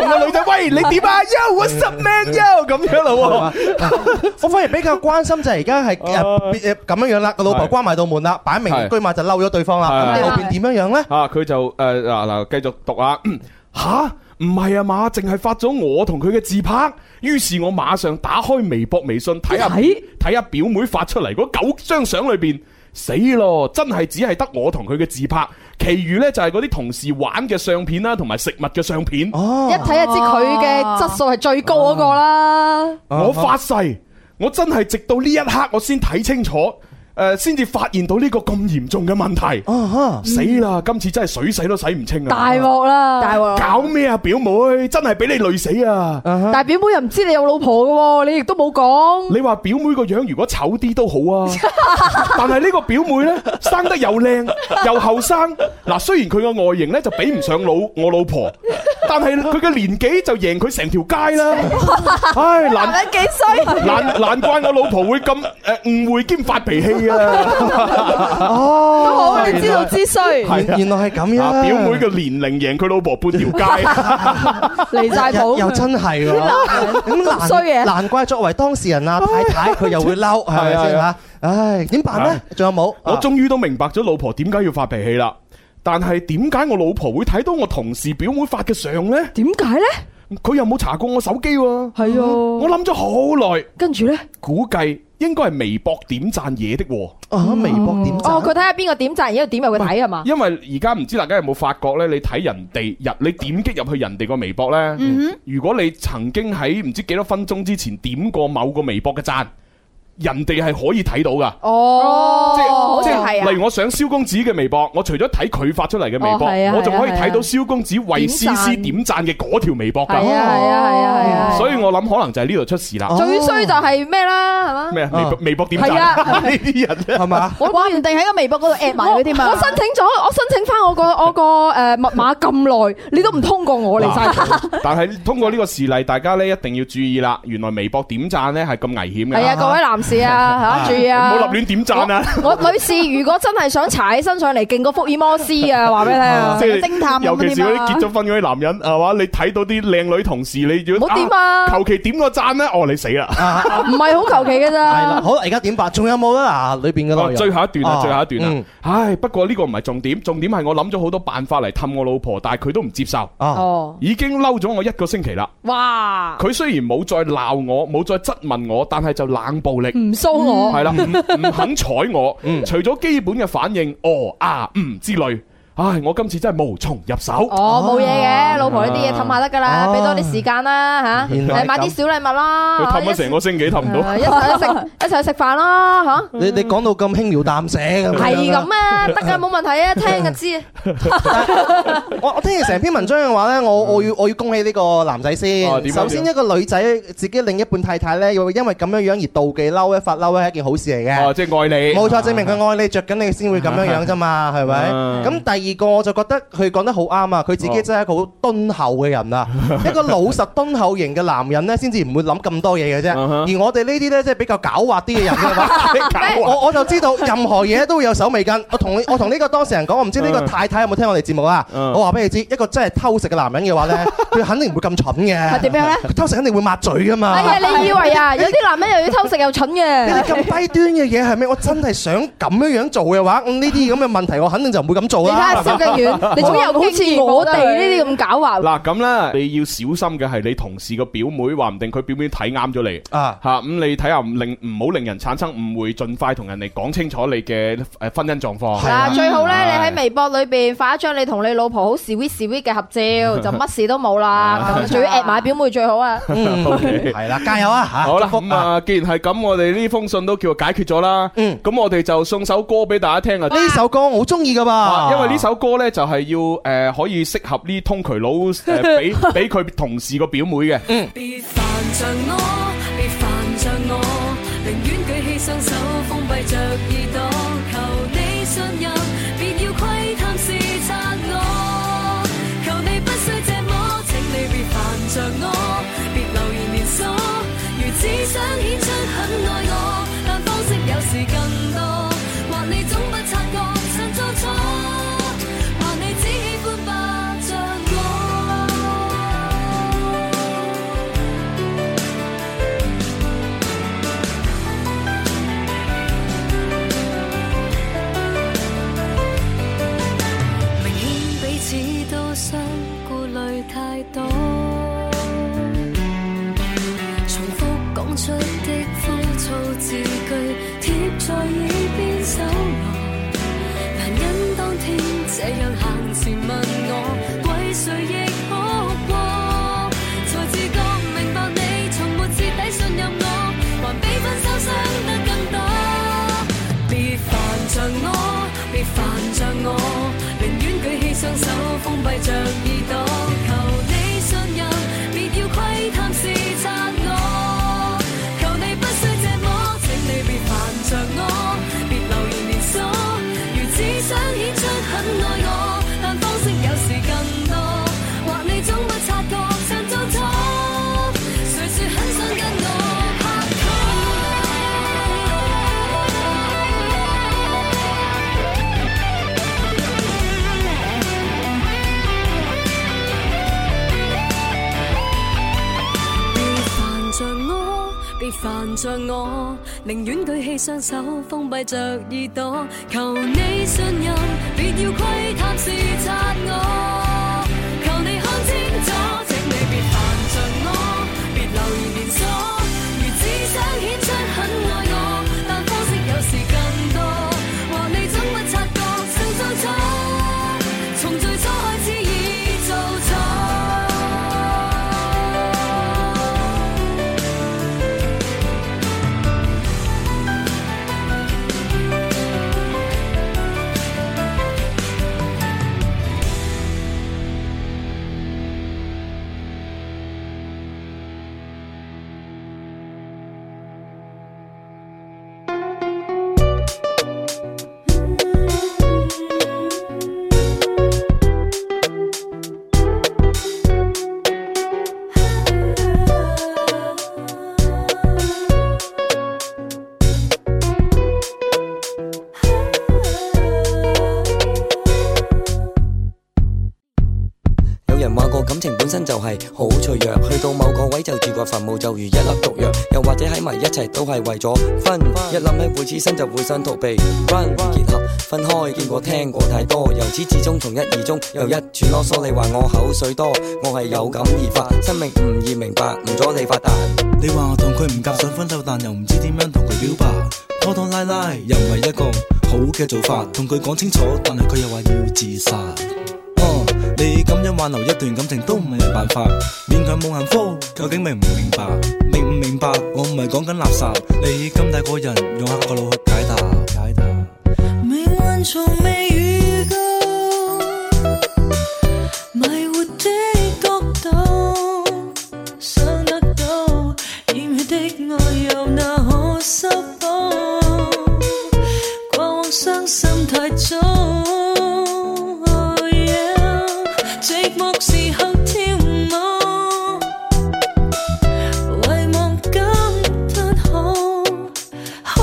Speaker 1: 個女仔喂你點啊？Yo，what's up man？Yo 咁樣咯喎。
Speaker 11: 我反而比較關心就係而家係誒咁樣樣啦，個老婆關埋道門啦，擺明
Speaker 1: 係
Speaker 11: 居馬就嬲咗對方啦。
Speaker 1: 係
Speaker 11: 咁後邊點樣樣咧？
Speaker 1: 啊，佢就誒嗱嗱，繼續讀啊。 [COUGHS] 吓，唔係啊嘛，淨係發咗我同佢嘅自拍，於是我馬上打開微博、微信睇下睇下表妹發出嚟嗰九張相裏邊。死咯！真係只係得我同佢嘅自拍，其餘呢就係嗰啲同事玩嘅相片啦，同埋食物嘅相片。
Speaker 10: 一睇就知佢嘅質素係最高嗰個啦。
Speaker 1: 我發誓，我真係直到呢一刻我先睇清楚，誒、先至發現到呢個咁嚴重嘅問題。
Speaker 11: 哦
Speaker 1: 死啦！今次真係水洗都洗唔清啊！
Speaker 10: 大鑊啦，大鑊
Speaker 1: 搞咩啊，表妹！真係俾你累死啊！
Speaker 10: 但係表妹又唔知你有老婆嘅喎，你亦都冇講。
Speaker 1: 你話表妹個樣如果醜啲都好啊，但係呢個表妹呢，生得又靚又後生，嗱雖然佢個外形呢就比唔上老我老婆，但係佢嘅年紀就贏佢成條街啦。唉，
Speaker 10: 男
Speaker 1: 難
Speaker 10: 人幾衰？
Speaker 1: 難難怪我老婆會咁誒誤會兼發脾氣啊！
Speaker 11: 哦，
Speaker 10: 都好你知道知 [LAUGHS] 衰
Speaker 11: 原原來係咁樣
Speaker 1: 啊表妹嘅年齡贏佢老婆半條街。
Speaker 10: 離晒譜
Speaker 11: 又又真係喎，咁
Speaker 10: 咁衰嘅
Speaker 11: 難難怪作為當事人啊太太佢又會嬲，係咪先
Speaker 1: 係
Speaker 11: 嚇
Speaker 1: 啊？
Speaker 11: 唉，點辦咧？仲有冇？
Speaker 1: 我終於都明白咗老婆點解要發脾氣啦。但係點解我老婆會睇到我同事表妹發嘅相呢？
Speaker 10: 點解
Speaker 1: 呢？佢又冇查過我手機喎。
Speaker 10: 係啊
Speaker 1: 我諗咗好耐。
Speaker 10: 跟住呢，
Speaker 1: 估計應該係微博點讚嘢的喎。
Speaker 11: 啊，微博點
Speaker 10: 哦，佢睇下邊個點讚，然之後點入去睇係嘛？
Speaker 1: 因為而家唔知大家有冇發覺呢？你睇人哋人，你點擊入去人哋個微博呢？
Speaker 10: 嗯哼
Speaker 1: 如果你曾經喺唔知幾多分鐘之前點過某個微博嘅讚，人哋係可以睇到噶。
Speaker 10: 哦，
Speaker 1: 即係
Speaker 10: 好似
Speaker 1: 即係
Speaker 10: 係啊
Speaker 1: 例。如我上蕭公子嘅微博，我除咗睇佢發出嚟嘅微博，
Speaker 10: 哦係啊
Speaker 1: 我仲可以
Speaker 10: 係啊
Speaker 1: 睇到蕭公子為
Speaker 10: 點讚
Speaker 1: C C 點讚嘅嗰條微博㗎。
Speaker 10: 係啊係啊係啊係啊係啊
Speaker 1: 所以我我諗可能就係呢度出事啦。
Speaker 10: 最衰就係咩啦，係嘛？
Speaker 1: 咩啊？微博微博點讚
Speaker 10: 哦係啊
Speaker 1: [LAUGHS] 呢啲人係嘛？
Speaker 16: 我話唔定喺個微博嗰度 at 埋佢添啊！
Speaker 10: 我申請咗，我申請翻我個我個誒密碼咁耐，你都唔通過我嚟晒。
Speaker 1: 但係通過呢個事例，大家咧一定要注意啦。原來微博點讚咧係咁危險嘅。
Speaker 10: 係啊，各位男士啊，嚇注意啊！
Speaker 1: 唔好立亂點讚啊！
Speaker 10: 我女士如果真係想搽起身上嚟，勁過福爾摩斯
Speaker 1: [LAUGHS]
Speaker 10: 啊！話俾你聽啊，
Speaker 1: 即係
Speaker 10: 偵探
Speaker 1: Ờ, 尤其是嗰啲結
Speaker 10: 結
Speaker 1: 咗婚嗰啲男人係嘛？你睇到啲靚女同事，你要
Speaker 10: 唔好點啊
Speaker 1: 求其點個讚咧，哦你死啦！
Speaker 10: 唔係好求其嘅咋。
Speaker 11: 好啦，而家點辦？仲有冇咧？嗱，裏邊嘅內容。
Speaker 1: 最後一段
Speaker 11: 哦
Speaker 1: 啊，最後一段啊
Speaker 11: 嗯！
Speaker 1: 唉，不過呢個唔係重點，重點係我諗咗好多辦法嚟氹我老婆，但係佢都唔接受。
Speaker 10: 哦，
Speaker 1: 已經嬲咗我一個星期啦。
Speaker 10: 哇！
Speaker 1: 佢雖然冇再鬧我，冇再質問我，但係就冷暴力，
Speaker 10: 唔騷我
Speaker 1: 係啦，
Speaker 11: [LAUGHS]
Speaker 1: 唔唔肯睬我，除咗基本嘅反應，哦啊嗯之類。唉，我今次真係無從入手。
Speaker 10: 哦，冇嘢嘅，老婆呢啲嘢氹下得㗎啦，俾多啲時間啦嚇，
Speaker 1: 原來係
Speaker 10: 誒買啲
Speaker 1: 咁
Speaker 10: 小禮物啦，
Speaker 1: 佢氹
Speaker 10: 一
Speaker 1: 咗成個星期，氹唔 [LAUGHS]
Speaker 10: 一
Speaker 1: 到。
Speaker 10: 齊食一齊食飯啦嚇。
Speaker 11: 你你講到咁輕描淡寫咁樣
Speaker 10: 係咁啊，得㗎，冇問題啊，聽就知。
Speaker 11: 我我聽完成篇文章嘅話咧，我我要我要恭喜呢個男仔
Speaker 1: 哦
Speaker 11: 先。
Speaker 1: 點啊
Speaker 11: 首先一個女仔自己另一半太太咧，要因為咁樣樣而妒忌嬲咧、發嬲咧，係一件好事嚟嘅。
Speaker 1: 哦，即係愛你。 [LAUGHS]
Speaker 11: 冇錯，證明佢愛你，着緊你先會咁樣樣啫嘛，係咪？
Speaker 1: 嗯
Speaker 11: 咁第二個我就覺得佢講得好啱啊！佢自己真係一個好敦厚嘅人啊， [LAUGHS] 一個老實敦厚型嘅男人咧，先至唔會諗咁多嘢嘅啫。而我哋呢啲咧，即係比較狡猾啲嘅人嘅話
Speaker 1: 狡猾
Speaker 11: 我我就知道任何嘢都會有手尾跟。我
Speaker 1: [LAUGHS]
Speaker 11: 同我同呢個當事人講，我唔知呢個
Speaker 1: 嗯
Speaker 11: 太太有冇聽我哋節目啊？
Speaker 1: 嗯
Speaker 11: 我話俾你知，一個真係偷食嘅男人嘅話咧，
Speaker 1: [LAUGHS]
Speaker 11: 佢肯定唔會咁蠢嘅。
Speaker 10: 係點樣咧？
Speaker 11: 佢偷食肯定會抹嘴噶嘛。
Speaker 10: 哎呀，你以為啊，有啲男人又要偷食又蠢
Speaker 11: 你
Speaker 10: 嘅。
Speaker 11: 哋咁低端嘅嘢係咩？我真係想咁樣樣做嘅話，咁呢啲咁嘅問題我肯定就唔會咁做
Speaker 10: 你睇
Speaker 11: 啦。
Speaker 10: 下蕭敬遠，你仲有好似我哋呢啲咁狡猾。
Speaker 1: 嗱咁咧，你要小心嘅係你同事個表妹，話唔定佢表妹睇啱咗你 [LAUGHS]
Speaker 11: 啊
Speaker 1: 吓，咁你睇下唔令唔好令人產生誤會，盡快同人哋講清楚你嘅诶婚姻狀況。
Speaker 10: 嗱，最好咧，你喺微博裏邊發一張你同你老婆好 sweet sweet 嘅合照，就乜事都冇啦。咁仲要 at 埋表妹最好啊。
Speaker 11: 係啦，加油啊！
Speaker 1: 好啦，咁啊，既然係咁，我哋呢封信都叫解決咗啦。嗯，咁我哋就送首歌俾大家聽啊。
Speaker 11: 呢首歌我好中意噶
Speaker 1: 啊
Speaker 11: 噃，
Speaker 1: 因為呢首歌呢，就係要诶可以適合呢通渠佬诶俾 [LAUGHS] 俾佢同事個表妹嘅。嗯。
Speaker 20: 別煩着我，別煩着我，寧願舉起雙手，封閉着耳朵，求你信任，別要窺探視察我，求你不需這麼，請你別煩着我，別留言連鎖，如只想顯出很愛我，但方式有時更多，或你總不察覺，常做錯，或你只喜歡霸着我。明顯彼此都相顧慮太多，重複講出的枯燥字句貼在耳邊搜羅，男人當天這樣行前問我，為誰亦可過，才自覺明白你從沒徹底信任我，還比分手傷得更多。別煩着我，別煩着我，寧願舉起雙手，封閉着耳朵，求你信任，別要窺探視察我，求你不需這麼，請你別煩着我，別流言連鎖，如只想顯出很愛我，但方式有時更多，或你總不察覺常做錯，誰說很想跟我拍拖？別煩着我，別煩着我，寧願舉起雙手，封閉着耳朵，求你信任，別要窺探視察我，求你看清楚，請你別煩着我，別流言連鎖，如只想顯出很愛我，但方式有時更多，和你總不察覺想做錯，從最初開始已做錯。
Speaker 21: 就如一粒毒藥，又或者喺埋一齊都係為咗分。一諗起會此生就會身逃避 run 結合分開，見過聽過太多，由始至終從一而終，又一串囉嗦。你話我口水多，我係有感而發，生命唔易明白，唔阻你發達。
Speaker 22: 你話我同佢唔夾想分手，但又唔知點樣同佢表白，拖拖拉拉又唔係一個好嘅做法。同佢講清楚，但係佢又話要自殺。哦，你咁樣挽留一段感情都唔係辦法，勉強冇幸福，究竟明唔明白？明唔明白？我唔係講緊垃圾，你咁大個人，用下個腦去解答。解答。
Speaker 14: 命運從未預告，迷糊的角度，想得到染血的愛，又哪可修補？過往傷心太早，oh yeah，寂寞時候跳舞，遺忘感不好。好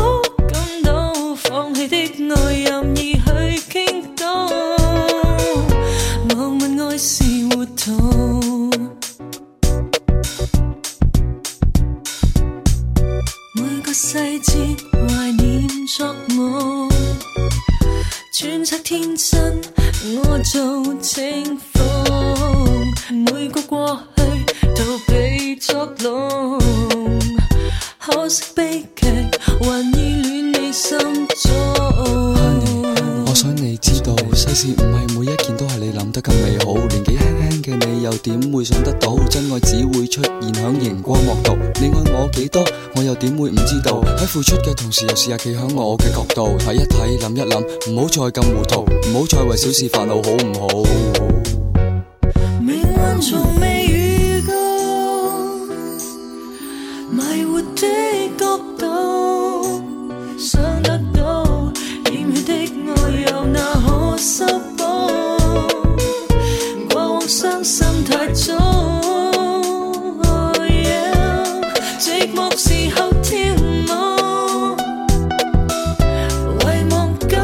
Speaker 14: 感到放棄的愛任意去傾倒，望問愛是糊塗。每個細節懷念作我，揣測天真我做情況，每個過去都被作弄。可惜悲劇還依戀你心中。
Speaker 12: 我想你知道，世事唔係每一件都係你諗得咁美好。年紀輕輕嘅你又點會想得到？真愛只會出現響熒光幕度。你愛我幾多，我又點會唔知道？喺付出嘅同時，又試下企響我嘅角度睇一睇，諗一諗，唔好再咁糊塗，唔好再為小事煩惱，好唔好？
Speaker 14: 命運從未預告，迷糊的角度，想得到染血的愛，又哪可修補？過往傷心太早，oh yeah，寂寞時候跳舞，遺忘感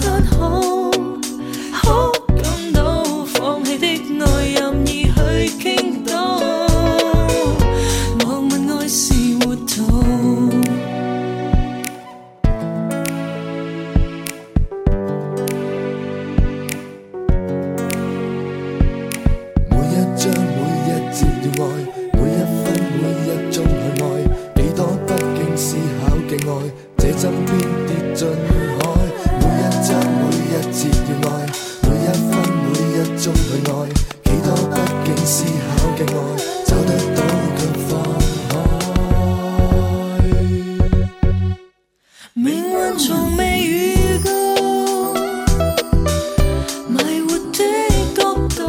Speaker 14: 不好。好感到放棄的愛任意去傾倒，望問愛是糊塗。
Speaker 23: 每一章、每一節要愛，每一分、每一鐘去愛，幾多不經思考嘅愛，這針邊跌進海。每一章、每一節要愛，每一分、每一鐘去愛，幾多不經思考嘅愛，找得到卻放開。
Speaker 14: 命運從未預告，迷糊的角度，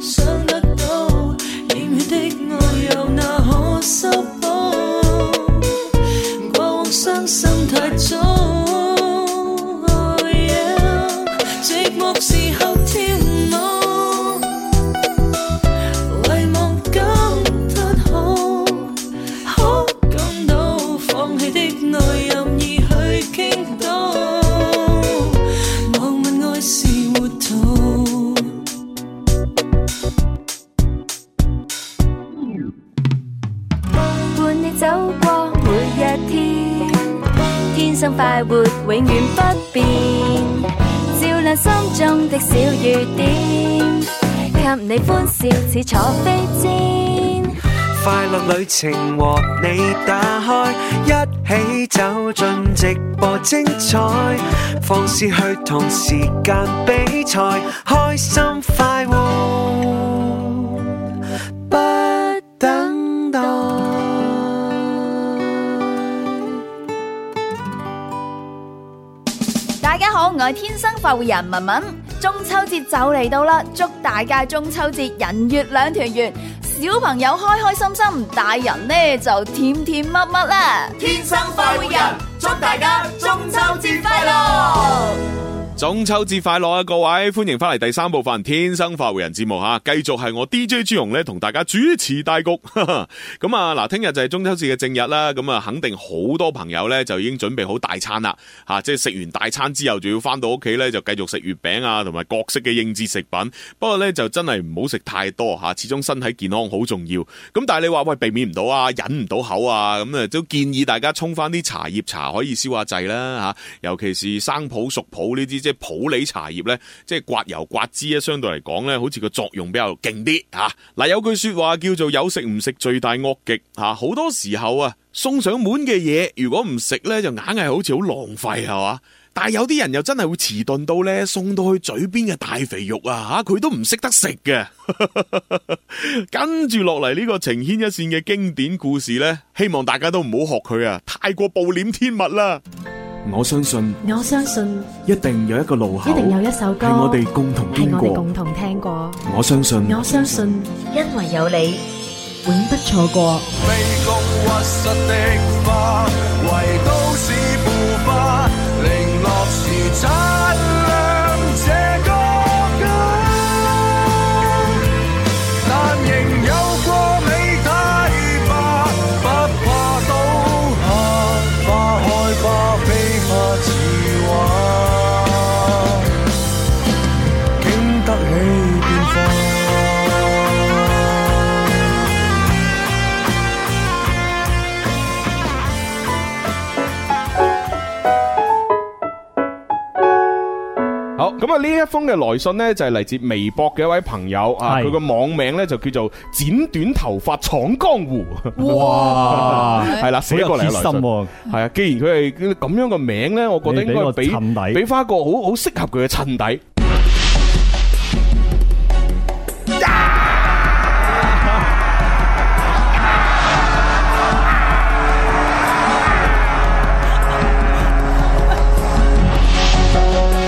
Speaker 14: 想得到染血的愛，又哪可修補？過往傷心太早，oh yeah，寂寞時候跳舞，遺忘感不好。好感到放棄的愛任意去傾倒，望問愛是糊塗。
Speaker 7: 伴你走過每一天，天生快活永遠不變，照亮心中的小雨點，給你歡笑似坐飛氈。
Speaker 8: 快樂旅程和你打開，一起走進直播精彩，放肆去同時間比賽，開心快活不等待。
Speaker 16: 大家好，我係天生快活人文文。中秋節就嚟到啦，祝大家中秋節人月兩團圓，小朋友開開心心，大人呢就甜甜蜜蜜啦。天生快活人，祝大家中秋節快樂！
Speaker 2: [LAUGHS] 中秋節快樂啊，各位！歡迎翻嚟第三部分《天生發回人》節目吓，繼續係我 DJ 朱容咧同大家主持大局。 [LAUGHS] 咁啊，嗱，聽日就係中秋節嘅正日啦，咁啊，肯定好多朋友咧就已經準備好大餐啦，吓、即係食完大餐之後，仲要翻到屋企咧就繼續食月餅啊，同埋各式嘅應節食品。不過咧就真係唔好食太多吓，始終身體健康好重要。咁但係你話喂避免唔到啊，忍唔到口啊，咁啊都建議大家沖翻啲茶葉茶可以消下滯啦吓，尤其是生普熟普呢啲即係普洱茶葉咧，即係刮油刮脂咧，相對嚟講咧，好似個作用比較勁啲吓。嗱、有句说話叫做有食唔食最大惡極吓，好、多時候啊送上門嘅嘢，如果唔食咧，就硬係好似好浪費係嘛。但係有啲人又真係會遲鈍到咧，送到去嘴邊嘅大肥肉啊吓，佢都唔識得食嘅。跟住落嚟呢個情牽一線嘅經典故事呢，希望大家都唔好學佢啊，太過暴殄天物啦。
Speaker 3: 我相信
Speaker 4: 我相信
Speaker 3: 一定有一個路口，
Speaker 4: 一定有一首歌
Speaker 3: 係我哋共同
Speaker 4: 係
Speaker 3: 經
Speaker 4: 我哋
Speaker 3: 過
Speaker 4: 共。同聽過。
Speaker 3: 我相信，
Speaker 4: 我相信
Speaker 24: 因为有你，永不错过。
Speaker 13: 卑躬屈膝的花，為都市腐化，零落時擦亮這個家。但仍有過美太吧，不怕刀下，花開花飛花似畫，經得起變化。
Speaker 1: 好，咁啊呢一封嘅來信呢，就係嚟自微博嘅一位朋友啊，
Speaker 25: 係
Speaker 1: 佢個網名呢，就叫做剪短頭髮闖江湖。
Speaker 25: 哇
Speaker 1: [LAUGHS] 係啦，寫過嚟嘅來信
Speaker 25: 好有貼心喎
Speaker 1: 係啊，既然佢係咁樣嘅名呢，我覺得
Speaker 25: 你俾個
Speaker 1: 應
Speaker 25: 襯
Speaker 1: 該俾
Speaker 25: 底
Speaker 1: 俾翻一個好好適合佢嘅襯底。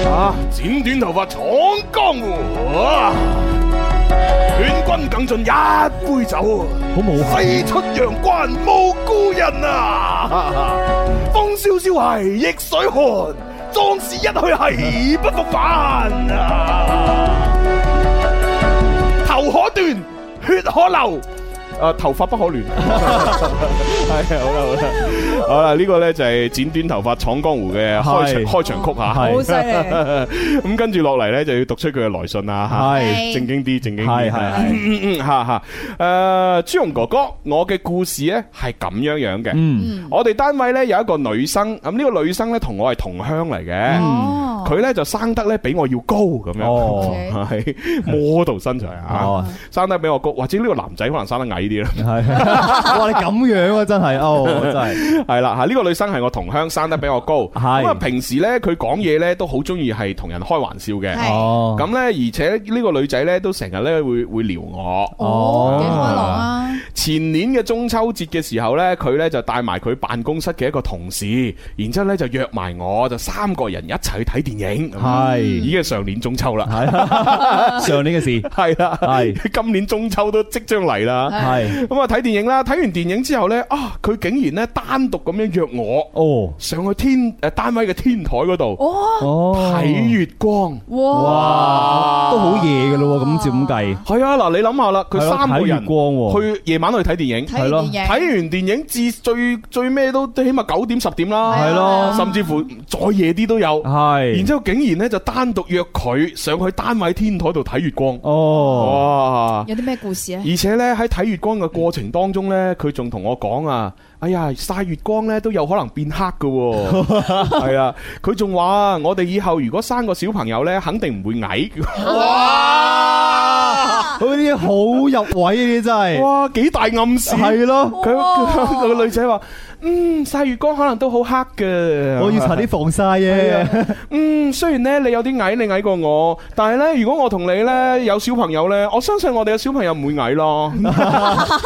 Speaker 1: 啊！剪短頭髮闖江湖，啊勸君更盡一杯酒，好冇啊西出陽關無故人啊！風蕭蕭係逆水寒，壯士一去係不復返啊！頭可斷，血可流。啊，頭髮不可 [LAUGHS] 亂。係好啦好啦，好啦，呢個呢就係剪短頭髮闖江湖嘅開場
Speaker 25: 係
Speaker 1: 開場曲嚇。
Speaker 25: 係好犀利
Speaker 1: [LAUGHS] 咁跟住落嚟呢，就要讀出佢嘅來信啊啦。嚇
Speaker 25: 係
Speaker 1: 正經啲，正經啲。
Speaker 25: 係係係
Speaker 1: 嗯嗯嗯嚇嚇。誒，朱紅哥哥，我嘅故事呢係咁樣樣嘅。
Speaker 25: 嗯
Speaker 1: 我哋單位呢有一個女生，咁呢個女生呢同我係同鄉嚟嘅。佢呢就生得呢比我要高咁樣。
Speaker 25: 哦
Speaker 1: 係 model 身材啊，
Speaker 25: [LAUGHS]
Speaker 1: 生得比我高，或者呢個男仔可能生得矮啲啦。哇！你咁樣啊，真係哦，真係係啦嚇，呢個女生係我同鄉，生得比我高。咁啊，平時呢，佢講嘢呢都好中意係同人開玩笑嘅。
Speaker 25: 哦
Speaker 1: 咁呢，而且呢個女仔呢都成日呢會會撩我。哦，幾開朗啊！前年嘅中秋節嘅時候呢，佢呢就帶埋佢辦公室嘅一個同事，然之後呢就約埋我，就三個人一齊去睇電影。
Speaker 25: 係
Speaker 1: 已經係上年中秋啦。 [LAUGHS]
Speaker 25: 上年嘅事
Speaker 1: 系啦，
Speaker 25: 係
Speaker 1: 今年中秋都即將嚟啦，
Speaker 25: 係
Speaker 1: 咁啊睇電影啦，睇完電影之後呢，啊佢竟然呢單獨咁樣約我，哦上去天诶單位嘅天台嗰度，
Speaker 25: 哦
Speaker 1: 睇月光，
Speaker 4: 哦
Speaker 25: 哇，都好夜噶咯喎，咁照咁計，
Speaker 1: 係啊，嗱你諗下啦，佢
Speaker 25: 嗯係咯
Speaker 1: 三個
Speaker 25: 睇
Speaker 1: 人
Speaker 25: 月光喎
Speaker 1: 去夜晚去睇電影，
Speaker 25: 睇完係咯電影
Speaker 1: 睇完電影至最最咩都起碼九點十點啦，
Speaker 25: 係咯
Speaker 1: 甚至乎再夜啲都有，
Speaker 25: 係
Speaker 1: 然之後竟然呢，就單獨約佢上去單位天台度睇月光，
Speaker 25: 哦
Speaker 1: 哇！
Speaker 16: 有啲咩故事咧？
Speaker 1: 而且咧喺睇月光嘅過程當中咧，佢仲同我講啊，哎呀晒月光咧都有可能變黑噶、喎。」係啊，佢仲話啊我哋以後如果生個小朋友咧，肯定唔會矮。
Speaker 25: [LAUGHS]
Speaker 1: 哇！
Speaker 25: 嗰啲好入位，呢啲真係，
Speaker 1: 哇，幾大暗示，
Speaker 25: 係咯，
Speaker 1: 佢佢個女仔話：嗯，晒月光可能都好黑嘅。
Speaker 25: 我要搽啲防曬嘅，
Speaker 1: 嗯，雖然咧你有啲矮，你矮過我，但係咧如果我同你咧有小朋友咧，我相信我哋嘅小朋友唔會矮
Speaker 16: [LAUGHS]
Speaker 1: 咯，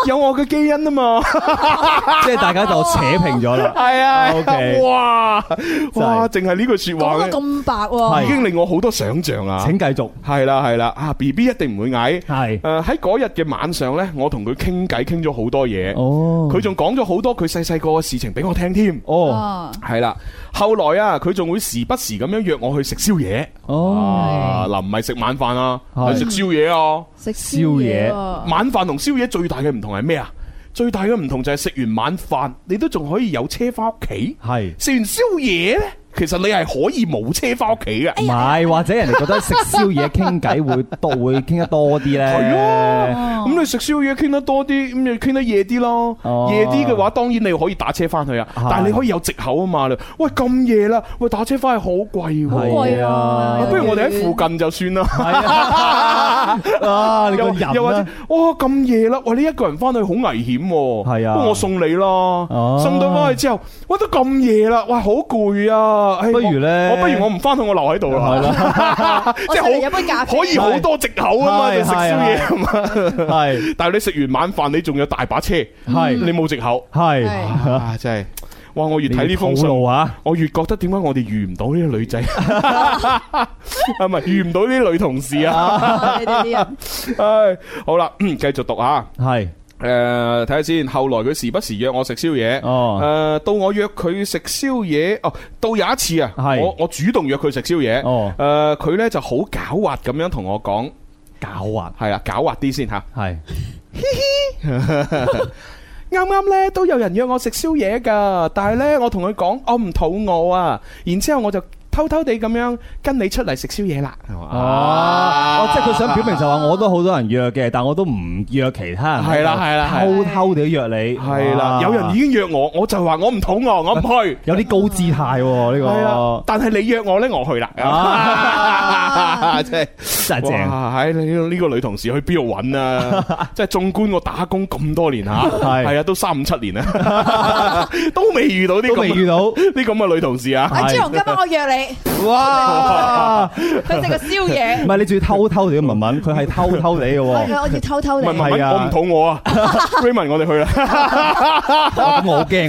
Speaker 1: 有我嘅基因啊嘛。
Speaker 25: 即係大家就扯平咗啦，
Speaker 1: [LAUGHS] 係啊
Speaker 25: OK
Speaker 1: 哇哇，淨係呢句说話
Speaker 16: 講
Speaker 1: 咧
Speaker 16: 到咁白喎，
Speaker 1: 已經令我好多想像啊！請繼續，係啦係啦，啊 B B 一定唔會矮，呃係誒喺嗰日嘅晚上呢，我同佢傾偈傾咗好多嘢，哦，佢仲講咗好多佢細細個嘅事情俾我聽添。
Speaker 25: 哦
Speaker 1: 系啦。後來啊，佢仲會時不時咁樣約我去食宵夜。哦，嗱，唔係食晚飯啊，
Speaker 25: 係
Speaker 1: 係食宵夜啊。
Speaker 16: 食宵夜喎
Speaker 1: 晚飯同宵夜最大嘅唔同係咩啊？最大嘅唔同就係食完晚飯，你都仲可以有車翻屋企。
Speaker 25: 係
Speaker 1: 食完宵夜呢，其實你係可以冇車翻屋企嘅。
Speaker 25: 唔係，或者人哋覺得食宵夜傾偈會
Speaker 1: [LAUGHS]
Speaker 25: 多，會傾得多啲咧。
Speaker 1: 係啊，咁你食宵夜傾得多啲，咁你傾得夜啲咯。
Speaker 25: 哦
Speaker 1: 夜啲嘅話，當然你可以打車翻去啊，但係你可以有藉口啊嘛。你喂咁夜啦，喂打車翻去好貴喎，
Speaker 25: 係啊
Speaker 1: 不如我哋喺附近就算啦。 [LAUGHS]
Speaker 25: 啊，你個
Speaker 1: 又
Speaker 25: 人
Speaker 1: 又或者
Speaker 25: 呢，
Speaker 1: 哇咁夜啦，喂你一個人翻去好危險喎。係
Speaker 25: 啊哦
Speaker 1: 不過我送你啦，送到翻去之後，哇都咁夜啦，哇好攰啊。唉
Speaker 25: 不如呢
Speaker 1: 我我不如我唔翻去，我留喺度啦。
Speaker 25: 係啦。
Speaker 1: [LAUGHS]
Speaker 16: 我
Speaker 1: 即係
Speaker 16: 出
Speaker 1: 好
Speaker 16: 嚟飲杯咖啡，
Speaker 1: 可以好多藉口啊嘛，
Speaker 25: 係
Speaker 1: 就食宵夜
Speaker 25: 係
Speaker 1: 啊嘛。系， [LAUGHS] 但係你食完晚飯，你仲有大把車，系你冇藉口，
Speaker 25: 係
Speaker 1: 啊，真係。哇！我越睇呢封
Speaker 25: 你要套路
Speaker 1: 信
Speaker 25: 啊，
Speaker 1: 我越覺得點解我哋遇唔到呢啲女仔， [LAUGHS] 啊唔係遇唔到呢啲女同事啊
Speaker 16: 啊你哋啲人。
Speaker 1: 唉，好啦， [CLEARS THROAT] 繼續讀啊。
Speaker 25: 係。
Speaker 1: 诶，睇下先。後來佢時不時約我食宵夜。哦，诶，到我約佢食宵夜，哦，到有一次啊，我我主動約佢食宵夜。哦，诶，佢呢就好狡猾咁樣同我講，
Speaker 25: 狡猾
Speaker 1: 係啦，狡猾啲先吓。
Speaker 25: 係。
Speaker 1: [LAUGHS] 啱啱呢都有人約我食宵夜㗎，但係呢，我同佢講我唔肚餓啊，然之後我就偷偷地咁樣跟你出嚟食宵夜啦。
Speaker 25: 哦，即係佢想表明就話我都好多人約嘅，但我都唔約其他人。
Speaker 1: 係啦係啦係
Speaker 25: 偷
Speaker 1: 啦
Speaker 25: 偷地約你。
Speaker 1: 係啦，
Speaker 25: 哇
Speaker 1: 有人已經約我，我就話我唔肚餓，我唔去。
Speaker 25: 有啲高姿態喎呢
Speaker 1: 係啊
Speaker 25: 個。
Speaker 1: 但係你約我呢，我去啦。啊 [LAUGHS] 真系
Speaker 25: 真係正
Speaker 1: 哇！唉，你呢個女同事去邊度揾 [LAUGHS] 啊？即係縱觀我打工咁多年吓，
Speaker 25: 係
Speaker 1: 係啊，都三五七年啦， [LAUGHS] 都未遇到呢咁
Speaker 25: 都未 [LAUGHS]
Speaker 1: 遇
Speaker 25: 到
Speaker 1: 呢咁嘅女同事啊！
Speaker 16: 阿朱紅今晚我約你，
Speaker 25: 哇！
Speaker 16: 佢食個宵夜
Speaker 25: 唔，係你仲要偷偷地文文，佢係偷偷地嘅
Speaker 16: 我
Speaker 25: 喎。
Speaker 16: 我要偷偷
Speaker 1: 唔
Speaker 16: 地
Speaker 1: 係唔。係
Speaker 25: 係啊
Speaker 1: 我唔肚餓 [LAUGHS] 啊，Raymond，我哋去 [LAUGHS] 啦。
Speaker 25: 咁我好驚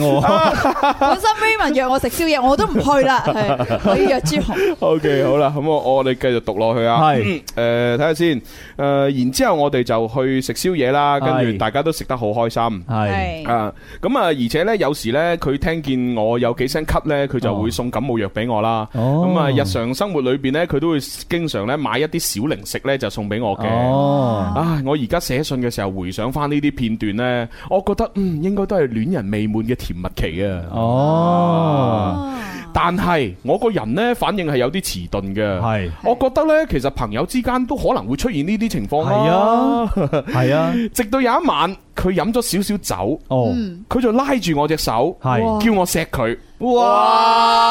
Speaker 25: 喎。
Speaker 16: 本身 Raymond 約我食宵夜，我都唔去啦，係我要約朱紅。
Speaker 1: O、k 好啦，咁我我哋繼續讀落去啊。係，誒睇下先，誒、然之後我哋就去食宵夜啦，跟住
Speaker 25: 係
Speaker 1: 大家都食得好開心。
Speaker 25: [LAUGHS] 係
Speaker 1: 啊，咁啊，而且呢，有時呢，佢聽見我有幾聲咳呢，佢就會送感冒藥俾我啦。
Speaker 25: 哦
Speaker 1: 咁啊，日常生活裏邊呢，佢都會經常呢買一啲小零食呢，就送俾我嘅。
Speaker 25: 哦，
Speaker 1: 唉，我而家寫信嘅時候回想翻呢啲片段呢，我覺得嗯應該都係戀人未滿嘅甜蜜期啊。
Speaker 25: 哦。
Speaker 1: 但係我個人呢，反應係有啲遲鈍嘅。係，我覺得呢，其實朋友之間都可能會出現呢啲情況啦。
Speaker 25: 係啊，係啊。
Speaker 1: 直到有一晚，佢飲咗少少酒，
Speaker 25: 哦
Speaker 16: 嗯
Speaker 1: 佢就拉住我隻手，
Speaker 25: 係
Speaker 1: 叫我錫佢。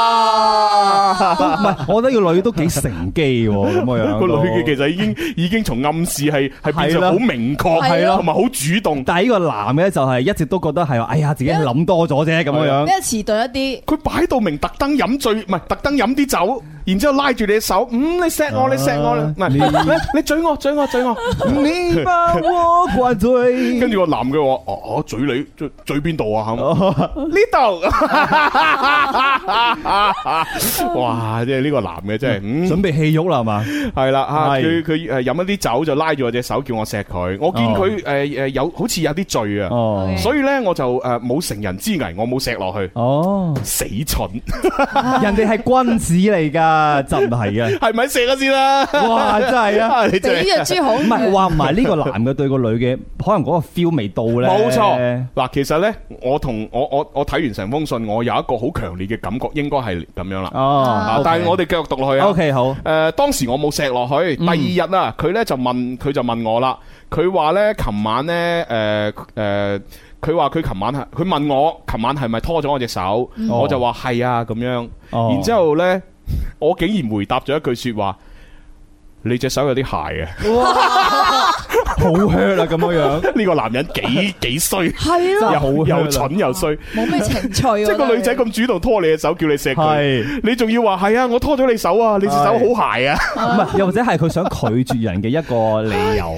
Speaker 25: 都唔係，我覺得個女都幾乘機喎，咁嘅樣。
Speaker 1: [LAUGHS] 個女嘅其實已經已經從暗示係係變
Speaker 25: 係
Speaker 1: 成
Speaker 25: 啦
Speaker 1: 好明確，
Speaker 25: 係啦
Speaker 1: 同埋好主動。
Speaker 25: 但係呢個男嘅就係一直都覺得係話，哎呀，自己諗多咗啫咁樣
Speaker 16: 比
Speaker 25: 樣。
Speaker 16: 較遲鈍一啲。
Speaker 1: 佢擺到明特登飲醉，唔係特登飲啲酒，然之後拉住你手，嗯，你錫我，你錫我，
Speaker 25: 啊
Speaker 1: 唔係
Speaker 25: 你
Speaker 1: 你你嘴我，嘴我，嘴我，
Speaker 25: 你把我灌醉。
Speaker 1: 跟住個男嘅話：哦，我嘴你，嘴嘴邊
Speaker 25: [LAUGHS]
Speaker 1: 度啊？
Speaker 25: 哦
Speaker 1: 呢度。哇！即係呢個男嘅真係，嗯，
Speaker 25: 準備戲肉啦，係嘛？
Speaker 1: 係啦啊！
Speaker 25: 係
Speaker 1: 佢佢誒飲一啲酒就拉住我隻手叫我錫佢，我見佢誒誒有好似有啲醉
Speaker 25: 哦
Speaker 1: 啊，所以咧我就誒冇成人之危，我冇錫落去。
Speaker 25: 哦，
Speaker 1: 死蠢， [LAUGHS]
Speaker 25: 人哋係君子嚟 [LAUGHS] 㗎，就唔係嘅。
Speaker 1: 係咪錫咗先啦？
Speaker 25: [LAUGHS] 哇！真係啊，
Speaker 1: [LAUGHS] 你真係
Speaker 25: 唔係話唔係呢個男嘅對個女嘅，可能嗰個 feel 未到咧。
Speaker 1: 冇錯，嗱，其實呢，我同我我我睇完成封信，我有一個好強烈嘅感覺，應該係咁樣啦。
Speaker 25: 哦
Speaker 1: 啊
Speaker 25: OK
Speaker 1: 但
Speaker 25: [LAUGHS]
Speaker 1: 係我哋繼續讀落去啊。
Speaker 25: OK，好。
Speaker 1: 誒，當時我冇錫落去，
Speaker 25: 嗯
Speaker 1: 第二日啊，佢呢就問佢就問我啦，佢話呢，琴晚呢，誒誒。佢話佢琴晚係，佢問我琴晚係咪拖咗我隻手，
Speaker 25: 嗯
Speaker 1: 我就話係啊咁樣。
Speaker 25: 哦
Speaker 1: 然之後呢，我竟然回答咗一句説話：你隻手有啲鞋啊！ [LAUGHS]
Speaker 25: 好 hurt 啦，咁樣樣。
Speaker 1: 呢個男人幾幾衰，
Speaker 16: 係
Speaker 25: 真
Speaker 11: 啊
Speaker 1: 又
Speaker 16: 咯
Speaker 25: 係好
Speaker 1: 又
Speaker 25: hurt
Speaker 1: 蠢又衰。
Speaker 16: 冇咩情趣
Speaker 1: [LAUGHS]
Speaker 16: 喎。
Speaker 1: 即係個女仔咁主動拖你嘅手，叫你錫佢，你仲要話係啊，我拖咗你手啊，你隻手好鞋啊，
Speaker 25: 唔係，又或者係佢想拒絕人嘅一個理
Speaker 1: [LAUGHS]
Speaker 25: 由。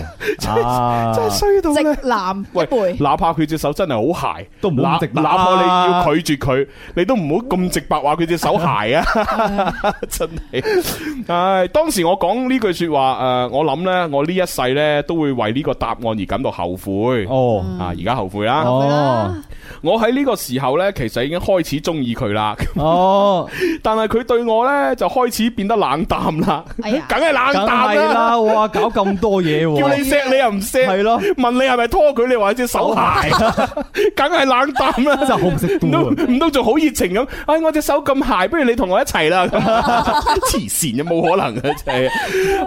Speaker 25: 啊
Speaker 1: 真係衰到咧！
Speaker 16: 直男一
Speaker 1: 喂，
Speaker 16: 輩，
Speaker 1: 哪怕佢隻手真係好鞋，
Speaker 25: 都唔好
Speaker 1: 哪
Speaker 25: 咁直白啊
Speaker 1: 哪怕你要拒絕佢，你都唔好咁直白話佢隻手鞋
Speaker 25: [LAUGHS]
Speaker 1: 啊！真係，唉，當時我講呢句说話，诶，我諗呢，我呢一世呢，都會為呢個答案而感到後悔。
Speaker 25: 哦，
Speaker 1: 啊，而家後悔啦。
Speaker 25: 哦，
Speaker 1: 我喺呢個時候呢，其實已經開始中意佢啦。
Speaker 25: 哦，
Speaker 1: [LAUGHS] 但係佢對我呢，就開始變得冷淡啦，
Speaker 16: 哎
Speaker 1: 梗係冷
Speaker 25: 梗係
Speaker 1: 淡啦
Speaker 25: 啦，。哇，搞咁多嘢喎，
Speaker 1: 叫你錫你又唔錫，
Speaker 25: 係咯，
Speaker 1: 問你係咪拖佢，你話隻手鞋， [LAUGHS] 梗係冷淡 [LAUGHS] 啦，
Speaker 25: 真係好唔識
Speaker 1: 唔通唔通仲好熱情咁，唉，我隻手咁鞋，不如你同我一齊 [LAUGHS] 啦，咁黐線嘅冇可能嘅真係，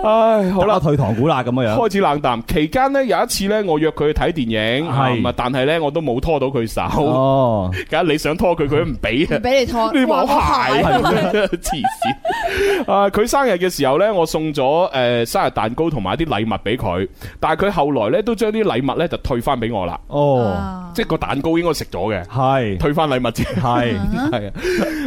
Speaker 1: 唉，好 [LAUGHS] 啦，
Speaker 25: 退堂鼓啦咁樣
Speaker 1: 開始冷淡。期間呢，有一次呢，我約佢去睇電影，咁啊，但係呢，我都冇拖到佢手，
Speaker 25: 哦，
Speaker 1: 梗係你想拖佢，佢都唔俾啊，
Speaker 16: 唔俾你拖
Speaker 1: 你 [LAUGHS] 話我
Speaker 16: 哇
Speaker 1: 鞋，啊
Speaker 16: 我
Speaker 1: [LAUGHS]
Speaker 16: 鞋
Speaker 1: 黐線。啊！佢生日嘅時候呢，我送咗诶生日蛋糕同埋一啲禮物俾佢，但係佢後來呢，都將啲禮物呢就退翻俾我啦。
Speaker 25: 哦，
Speaker 1: 即係個蛋糕應該食咗嘅，
Speaker 25: 係
Speaker 1: 退翻禮物啫。
Speaker 25: 係
Speaker 1: 係啊，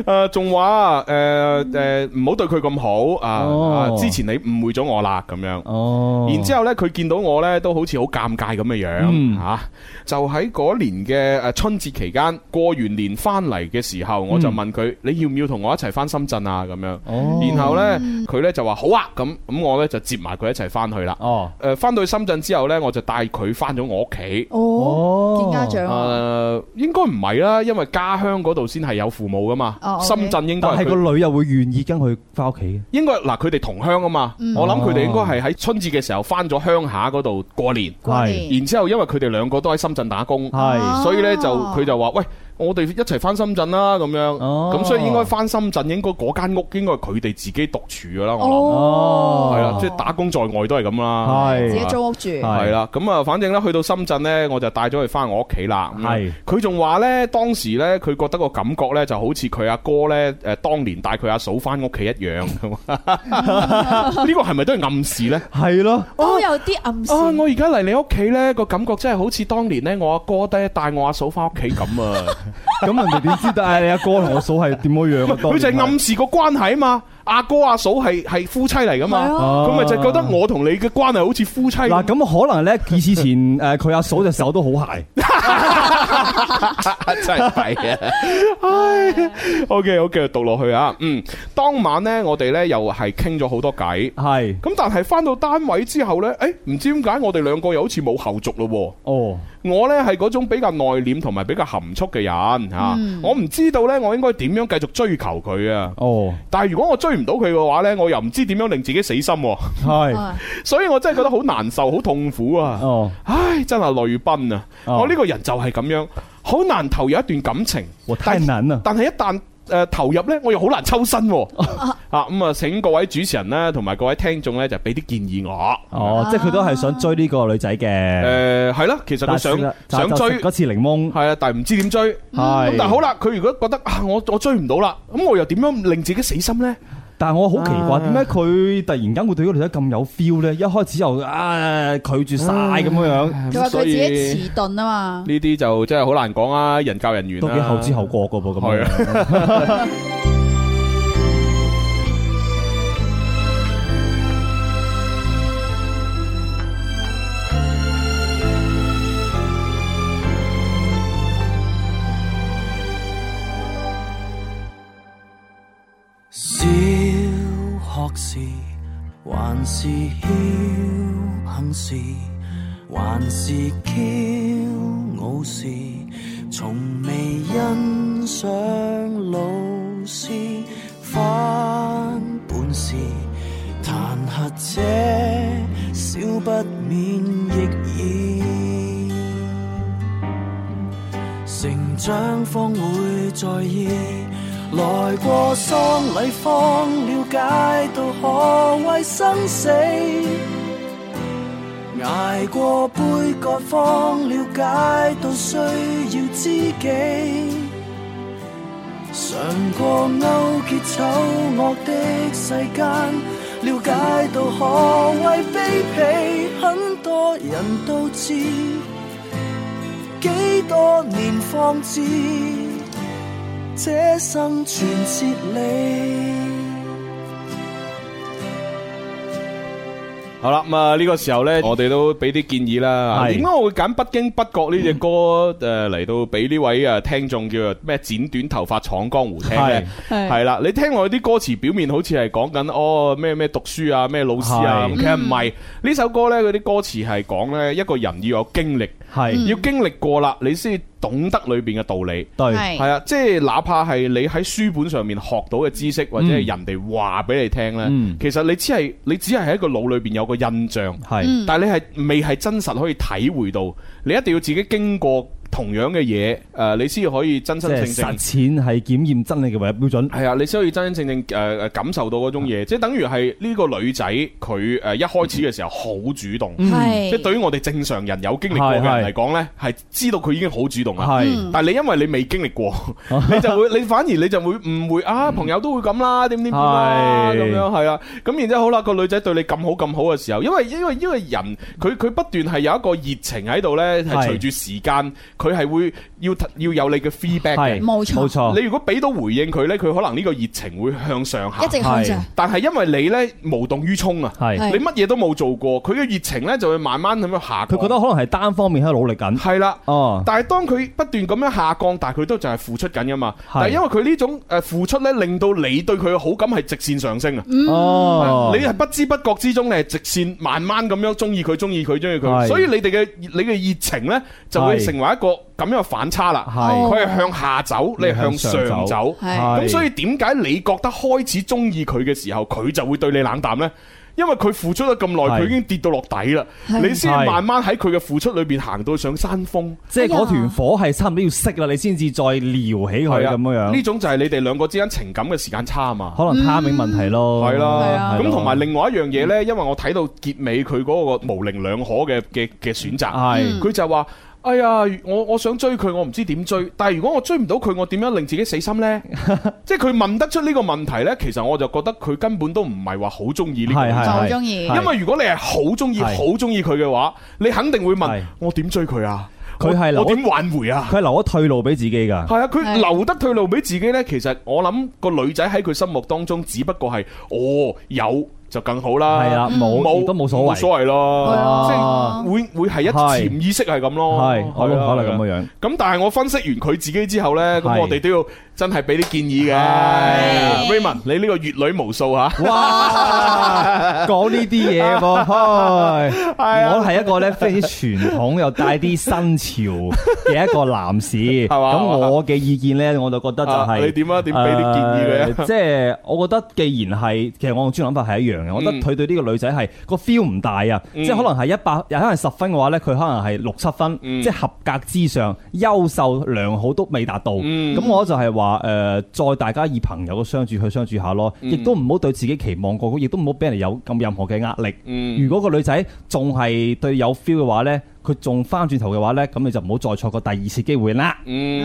Speaker 1: 诶仲話诶诶唔好對佢咁好啊！啊
Speaker 25: 哦
Speaker 1: 之前你誤會咗我啦咁樣。
Speaker 25: 哦，
Speaker 1: 然之後咧，佢見到我咧都好似好尷尬咁嘅樣
Speaker 25: 嗯
Speaker 1: 嚇、啊就喺嗰年嘅誒春節期間，過完年翻嚟嘅時候，
Speaker 25: 嗯
Speaker 1: 我就問佢：你要唔要同我一齊翻深圳啊？咁樣。
Speaker 25: 哦
Speaker 1: 然後呢，佢呢就話好啊，咁咁我呢就接埋佢一齊翻去啦。
Speaker 25: 哦。
Speaker 1: 誒，翻到去深圳之後呢，我就帶佢翻咗我屋企。
Speaker 16: 哦，見家
Speaker 1: 誒、
Speaker 16: 長啊，
Speaker 1: 呃應該唔係啦，因為家鄉嗰度先係有父母噶嘛。
Speaker 16: 哦，OK
Speaker 1: 深圳應該
Speaker 25: 但
Speaker 1: 係
Speaker 25: 係
Speaker 1: 佢
Speaker 25: 個女又會願意跟佢翻屋企嘅。
Speaker 1: 應該嗱，佢哋同鄉啊嘛，
Speaker 25: 嗯
Speaker 1: 我諗佢哋應該係喺春節嘅時候翻咗鄉下嗰度過年，
Speaker 25: 過年
Speaker 1: 然之後因為佢哋兩個都喺深圳打工，
Speaker 25: 係
Speaker 1: 所以呢，就佢就話喂。我哋一齊翻深圳啦，咁樣，
Speaker 25: 哦
Speaker 1: 咁所以應該翻深圳，應該嗰間屋應該係佢哋自己獨處噶啦，我
Speaker 16: 哦
Speaker 1: 諗，係啦，即係打工在外都係咁啦，
Speaker 16: 係自己租屋住
Speaker 1: 係啦，咁啊，反正呢，去到深圳呢，我就帶咗佢翻我屋企啦，咁樣
Speaker 25: 係
Speaker 1: 佢仲話呢，當時呢，佢覺得個感覺呢，就好似佢阿哥呢，誒當年帶佢阿嫂翻屋企一
Speaker 25: [LAUGHS]
Speaker 1: 樣，呢個係咪都係暗示呢？
Speaker 25: 係咯，
Speaker 16: 都有啲暗示。
Speaker 1: 啊！我而家嚟你屋企呢個感覺真係好似當年呢，我阿哥咧帶我阿嫂翻屋企咁
Speaker 25: [LAUGHS]
Speaker 1: 啊！
Speaker 25: 咁人哋點知道？唉，你阿哥同我嫂係點樣樣啊？當
Speaker 1: 佢
Speaker 25: 然
Speaker 1: 就係暗示個關係啊嘛，阿哥阿嫂係係夫妻嚟噶嘛，
Speaker 25: 係啊
Speaker 1: 佢咪就覺得我同你嘅關係好似夫妻
Speaker 25: 嗱，咁可能咧，以前
Speaker 11: à,
Speaker 25: 誒佢阿嫂隻手都好鞋，
Speaker 1: 真係弊啊！唉，OK，我繼續讀落去啊。嗯，當晚呢，我哋呢又係傾咗好多偈。
Speaker 25: 係。
Speaker 1: 咁但係翻到單位之後呢，誒唔知點解我哋兩個又好似冇後續咯喎。
Speaker 25: 哦，
Speaker 1: 我呢係嗰種比較內斂同埋比較含蓄嘅人嚇，
Speaker 25: 嗯
Speaker 1: 我唔知道呢，我應該點樣繼續追求佢啊。
Speaker 25: 哦，
Speaker 1: 但係如果我追唔到佢嘅話呢，我又唔知點樣令自己死心喎。
Speaker 25: 係，
Speaker 1: 所以我真係覺得好難受，好痛苦啊！
Speaker 25: 哦，
Speaker 1: 唉，真係淚奔啊！我呢個人就係咁樣，好難投入一段感情。
Speaker 25: 太難啦。
Speaker 1: 但係一旦誒投入呢，我又好難抽身喎。啊咁啊，請各位主持人咧，同埋各位聽眾呢，就俾啲建議我。
Speaker 25: 哦，即係佢都係想追呢個女仔嘅。
Speaker 1: 誒係啦，其實佢想
Speaker 25: 但係
Speaker 1: 想
Speaker 25: 就
Speaker 1: 追
Speaker 25: 食嗰次檸檬
Speaker 1: 係啊，但係唔知點追。咁但係好啦，佢如果覺得啊，我我追唔到啦，咁我又點樣令自己死心呢？
Speaker 25: 但係我好奇怪，點解佢突然間會對嗰個女仔咁有 feel 咧？一開始又
Speaker 11: à,
Speaker 25: 啊拒絕晒咁
Speaker 10: À.
Speaker 25: 樣
Speaker 11: Ờ.
Speaker 25: 樣，
Speaker 16: 佢話佢自己遲
Speaker 1: 呢
Speaker 16: 鈍啊嘛，
Speaker 1: 啲就真係好難講啊，人教人緣
Speaker 25: 都幾後知後覺噶噃咁樣。
Speaker 8: 小學時，還是僥倖時，還是驕傲時，從未欣賞老師翻本事，彈劾者少不免逆耳。成長方會在意，來過喪禮方了解到何謂生死，捱過杯葛方了解到需要知己，嘗過勾結醜惡的世間，了解到何謂卑鄙，很多人都知。幾多年方知，這生存哲理。
Speaker 1: 好啦，咁啊呢個時候呢，我哋都俾啲建議啦。
Speaker 25: 係
Speaker 1: 點解我會揀《不經不覺》呢只歌誒嚟到俾呢位誒聽眾叫做咩剪短頭髮闖江湖聽呢？
Speaker 25: 係
Speaker 1: 係啦，你聽我啲歌詞表面好似係講緊哦咩咩讀書啊咩老師啊，
Speaker 25: 係
Speaker 1: 咁其實唔係。呢首歌呢，佢啲歌詞係講呢一個人要有經歷，係
Speaker 10: 嗯
Speaker 1: 要經歷過啦，你先懂得裏邊嘅道理。
Speaker 25: 對
Speaker 10: 係
Speaker 1: 係啊，即係哪怕係你喺書本上面學到嘅知識，或者
Speaker 25: 嗯
Speaker 1: 係人哋話俾你聽呢，其實你只係你只係喺個腦裏邊有個印象，
Speaker 25: 嗯
Speaker 1: 但係你係未係真實可以體會到，你一定要自己經過同樣嘅嘢，誒，你先可以真
Speaker 25: 即
Speaker 1: 真
Speaker 25: 係
Speaker 1: 正正
Speaker 25: 實。踐係檢驗真理嘅唯一標準。
Speaker 1: 係啊，你先可以真真正正誒誒感受到嗰
Speaker 25: 啊
Speaker 1: 種嘢，即係等於係呢個女仔佢誒一開始嘅時候好主動，
Speaker 25: 嗯係
Speaker 1: 即係對於我哋正常人有經歷過嘅人嚟講呢，係知道佢已經好主動啦
Speaker 25: 係嗯。
Speaker 1: 但係你因為你未經
Speaker 25: [LAUGHS]
Speaker 1: 歷過，你就會你反而你就會誤會啊，朋友都會咁啦，點點點啦
Speaker 25: 嗯係
Speaker 1: 咁樣係啊。咁然之後好啦，個女仔對你咁好咁好嘅時候，因為因為因為人佢佢不斷係有一個熱情喺度呢，係
Speaker 25: 係
Speaker 1: 隨住時間佢係會要要有你嘅 feedback 嘅
Speaker 25: 係冇錯冇錯
Speaker 1: 你如果俾到回應佢呢，佢可能呢個熱情會向上行，
Speaker 25: 一直向上係。
Speaker 1: 但係因為你呢無動於衷啊，
Speaker 25: 係
Speaker 1: 你乜嘢都冇做過，佢嘅熱情呢就會慢慢咁樣下降。
Speaker 25: 佢覺得可能係單方面喺度努力緊。
Speaker 1: 係啦，
Speaker 25: 哦，
Speaker 1: 但係當佢不斷咁樣下降，但係佢都就係付出緊噶嘛。但係因為佢呢種誒付出呢，令到你對佢嘅好感係直線上升啊。
Speaker 25: 嗯哦
Speaker 1: 你係不知不覺之中，你係直線慢慢咁樣中意佢，中意佢，中意佢，
Speaker 25: 係
Speaker 1: 所以你哋嘅你嘅熱情呢，就會
Speaker 25: 係
Speaker 1: 成為一個咁樣嘅反差啦。
Speaker 25: 係
Speaker 1: 佢係向下走，你係向上
Speaker 25: 向上
Speaker 1: 走
Speaker 25: 走。係
Speaker 1: 咁所以點解你覺得開始中意佢嘅時候，佢就會對你冷淡呢？因為佢付出咗咁耐，
Speaker 25: 係
Speaker 1: 佢已經跌到落底啦，
Speaker 25: 係
Speaker 1: 你先慢慢喺佢嘅付出裏邊行到上山峰。
Speaker 25: 即係嗰團火係差唔多要熄啦，你先至再撩起佢
Speaker 1: 係啊
Speaker 25: 咁樣樣。
Speaker 1: 呢種就係你哋兩個之間情感嘅時間差啊嘛。
Speaker 25: 可能 timing 問題咯。
Speaker 1: 係啦，
Speaker 25: 係
Speaker 1: 咁同埋另外一樣嘢呢，
Speaker 25: 嗯
Speaker 1: 因為我睇到結尾佢嗰個模棱兩可嘅嘅嘅選擇，
Speaker 25: 係嗯
Speaker 1: 佢就話：哎呀，我我想追佢，我唔知點追。但係如果我追唔到佢，我點樣令自己死
Speaker 25: [LAUGHS]
Speaker 1: 心呢？即係佢問得出呢個問題呢，其實我就覺得佢根本都唔係話好中意呢個
Speaker 25: 係
Speaker 1: 女
Speaker 25: 係
Speaker 1: 仔，
Speaker 25: 係就鍾意
Speaker 1: 因為如果你係好中意、
Speaker 25: 係
Speaker 1: 好中意佢嘅話，你肯定會問：我點追佢啊？
Speaker 25: 佢係
Speaker 1: 我
Speaker 25: 留
Speaker 1: 我點挽回啊？
Speaker 25: 佢係留咗退路俾自己㗎。
Speaker 1: 係啊，佢留得退路俾自己呢。其實我諗個女仔喺佢心目當中，只不過係哦有就更好啦，
Speaker 25: 係啦冇亦都冇所謂
Speaker 1: 冇所謂
Speaker 25: 係
Speaker 1: 咯
Speaker 25: 啊，
Speaker 1: 即係會會係一
Speaker 25: 係
Speaker 1: 潛意識係咁咯，
Speaker 25: 係我都
Speaker 1: 係啊
Speaker 25: 可能咁嘅樣。
Speaker 1: 咁但係我分析完佢自己之後呢，咁
Speaker 25: 係
Speaker 1: 我哋都要真係俾啲建議嘅。Raymond，你呢個閱女無數吓，
Speaker 25: 哇講呢啲嘢
Speaker 1: [LAUGHS]
Speaker 25: 喎，唉
Speaker 1: 啊
Speaker 25: 我係一個咧非常之傳統又帶啲新潮嘅一個男
Speaker 1: [LAUGHS]
Speaker 25: 士，係
Speaker 1: 嘛
Speaker 25: 咁我嘅意見咧，我就覺得就
Speaker 1: 啊
Speaker 25: 係呃
Speaker 1: 你點啊點俾啲建議佢啊
Speaker 25: 誒即係我覺得既然係，其實我主要諗法係一樣嘅，我覺得佢對呢個女仔係個 feel 唔大啊，
Speaker 1: 嗯
Speaker 25: 即係可能係一百，有可能十分嘅話咧，佢可能係六七分，
Speaker 1: 嗯
Speaker 25: 即係合格之上，優秀良好都未達到。
Speaker 1: 嗯
Speaker 25: 咁我就係話誒，再大家以朋友嘅相處去相處下咯，
Speaker 1: 嗯
Speaker 25: 亦都唔好對自己期望過高，亦都唔好俾人哋有咁任何嘅壓力。
Speaker 1: 嗯
Speaker 25: 如果個女仔仲係對有 feel 嘅話呢，佢仲翻轉頭嘅話呢，咁你就唔好再錯過第二次機會啦。
Speaker 1: 嗯，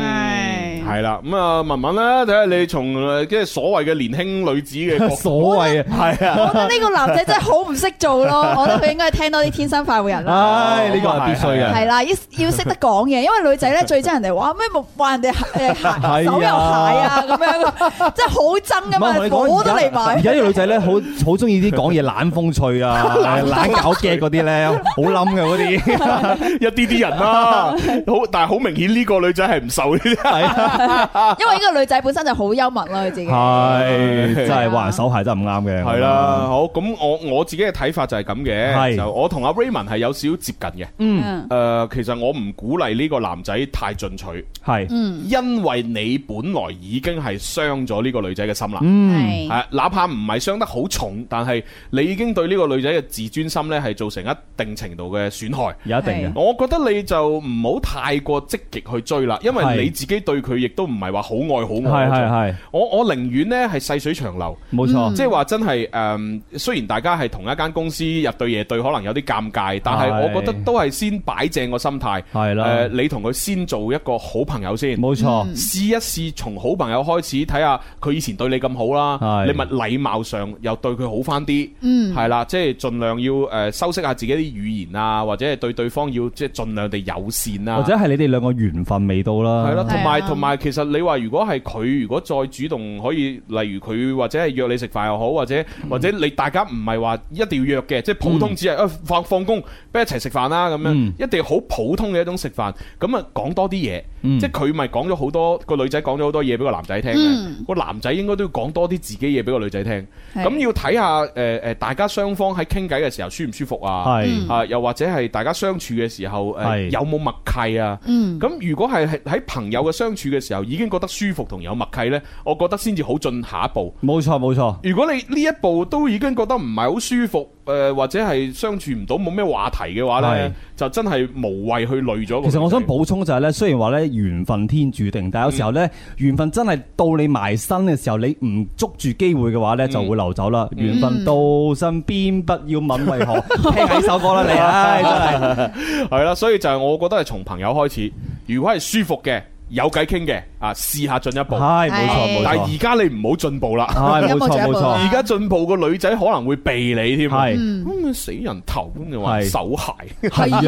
Speaker 1: 係啦，咁啊，文文啦，睇下你從誒即係所謂嘅年輕女子嘅角
Speaker 25: [LAUGHS]
Speaker 1: 度
Speaker 25: 所謂啊，
Speaker 1: 係啊，
Speaker 16: 我覺得呢個男仔真係好唔識
Speaker 25: [LAUGHS]
Speaker 16: 做咯，我覺得佢應該係聽多啲天生快活人啦。
Speaker 25: 唉，呢個係啊必須嘅。
Speaker 16: 係啦，要要識得講嘢，因為女仔咧最憎人哋話咩冇話人哋誒
Speaker 25: 係啊
Speaker 16: 鞋手有鞋啊咁樣，真係好憎噶
Speaker 25: 唔係
Speaker 16: 嘛，
Speaker 25: 我同你講
Speaker 16: 火都嚟
Speaker 25: 而
Speaker 16: 埋。
Speaker 25: 家啲女仔呢，好好中意啲講嘢懶風趣 [LAUGHS] 啊，懶搞 g 嗰啲呢，好冧嘅嗰 [LAUGHS] 啲。
Speaker 1: 一啲啲人啦，好，但係好明顯呢個女仔係唔受呢啲，
Speaker 16: 因為呢個女仔本身就好幽默啦，佢自己。
Speaker 25: 係真係話人手鞋真係唔啱嘅。
Speaker 1: 係
Speaker 2: 啊
Speaker 1: 啦，啊好，咁我我自己嘅睇法就係咁嘅，
Speaker 25: 啊係
Speaker 1: 就我同阿 Raymond 係有少少接近嘅，
Speaker 25: 嗯
Speaker 1: 誒，其實我唔鼓勵呢個男仔太進取，
Speaker 25: 係
Speaker 16: 嗯
Speaker 1: 因為你本來已經係傷咗呢個女仔嘅心啦，
Speaker 25: 嗯
Speaker 1: 係哪怕唔係傷得好重，但係你已經對呢個女仔嘅自尊心呢係造成一定程度嘅損害，
Speaker 25: 有一定嘅
Speaker 1: 我覺得你就唔好太過積極去追啦，因為
Speaker 25: 係
Speaker 1: 你自己對佢亦都唔係話好愛好愛
Speaker 25: 係
Speaker 1: 嗰種
Speaker 25: 係係。
Speaker 1: 我我寧願呢係細水長流，
Speaker 25: 冇錯嗯
Speaker 1: 即係話真係誒、嗯雖然大家係同一間公司日對夜對，可能有啲尷尬，但
Speaker 25: 係
Speaker 1: 係我覺得都係先擺正個心態，
Speaker 25: 係啦
Speaker 1: 誒你同佢先做一個好朋友先，
Speaker 25: 冇錯嗯
Speaker 1: 試一試從好朋友開始，睇下佢以前對你咁好啦，
Speaker 25: 係
Speaker 1: 你咪禮貌上又對佢好翻啲，
Speaker 25: 嗯
Speaker 1: 係啦，即係盡量要誒修飾下自己啲語言啊，或者係對對方要即係盡量地友善啊，
Speaker 25: 或者係你哋兩個緣分未到啦。
Speaker 1: 係啦，同埋同埋但係其實你話如果係佢如果再主動可以，例如佢或者係約你食飯又好，或者或者你大家唔係話一定要約嘅，即係普通只係啊放放工，不如一齊食飯啦咁樣，一定好普通嘅一種食飯，咁啊講多啲嘢，即係佢咪講咗好多個女仔講咗好多嘢俾個男仔聽
Speaker 11: 嗯
Speaker 1: 嘅，個男仔應該都要講多啲自己嘢俾個女仔聽，
Speaker 11: 係
Speaker 1: 咁要睇下誒誒大家雙方喺傾偈嘅時候舒唔舒服啊，
Speaker 11: 係
Speaker 1: 啊又或者係大家相處嘅時候誒
Speaker 11: 係
Speaker 1: 有冇默契啊，
Speaker 11: 嗯
Speaker 1: 咁如果係係喺朋友嘅相處嘅時候已經覺得舒服同有默契呢，我覺得先至好進下一步。
Speaker 25: 冇錯冇錯，
Speaker 1: 如果你呢一步都已經覺得唔係好舒服，誒、或者係相處唔到冇咩話題嘅話呢
Speaker 25: 係，
Speaker 1: 就真係無謂去累咗個。
Speaker 25: 其實我想補充就係咧，雖然話咧緣分天注定，但有時候咧緣分真係到你埋身嘅時候，你唔捉住機會嘅話咧，就會流走啦。緣分到身邊，不要問為 [LAUGHS] 何。聽下呢首歌啦， [LAUGHS] 你啊唉真係。
Speaker 1: 係係啦，所以就係我覺得係從朋友開始，如果係舒服嘅。有偈傾嘅啊，試下進一步。
Speaker 25: 係冇錯係冇錯
Speaker 1: 但係而家你唔好進步啦。
Speaker 25: 係冇錯有冇進步啊冇錯
Speaker 1: 而家進步個女仔可能會避你添。
Speaker 25: 係
Speaker 1: 咁佢死人頭咁就話
Speaker 25: 係
Speaker 1: 手鞋。
Speaker 25: 係啊
Speaker 1: 都
Speaker 25: 唔知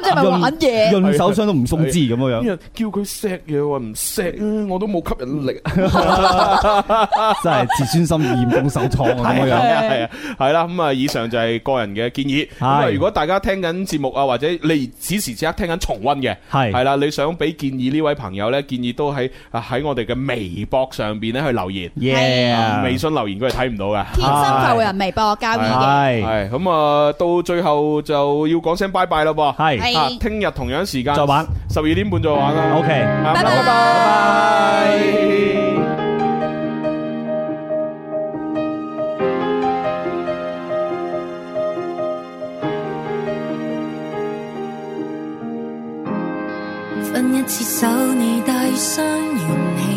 Speaker 25: 係啊咪玩嘢潤潤手霜都唔送支咁樣樣
Speaker 1: 因為叫佢錫嘢話唔錫啊，我都冇吸引力。
Speaker 25: 真係自尊心嚴重受創啊！咁
Speaker 1: 係
Speaker 25: 樣
Speaker 1: 啊
Speaker 25: 樣
Speaker 1: 係啊，係啦，咁啊，以上就係個人嘅建議。咁啊，
Speaker 25: 係
Speaker 1: 如果大家聽緊節目啊，或者你此時此刻聽緊重温嘅，
Speaker 25: 係
Speaker 1: 係啦，你想俾建議呢位朋友呢，建議都喺啊喺我哋嘅微博上邊咧去留言。
Speaker 25: Yeah
Speaker 1: 啊微信留言佢係睇唔到嘅。
Speaker 16: 天生快活人微博交易嘅，
Speaker 1: 係係咁啊，到最後就要講聲拜拜啦噃。
Speaker 16: 係
Speaker 1: 啊，聽日同樣時間
Speaker 25: 再玩，
Speaker 1: 十二點半再玩啦。
Speaker 25: OK
Speaker 1: 啊
Speaker 25: 拜拜
Speaker 1: 拜拜。
Speaker 7: 分一次手，你帶傷元氣，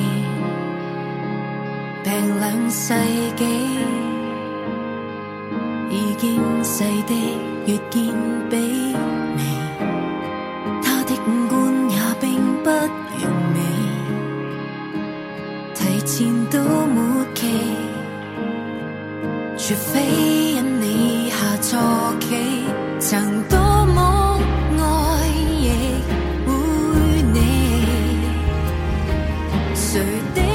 Speaker 7: 病兩世紀，已見世的越見卑微，他的五官也並不完美，提前到末期，除非因你下錯棋，曾多麼愛亦。會你，誰的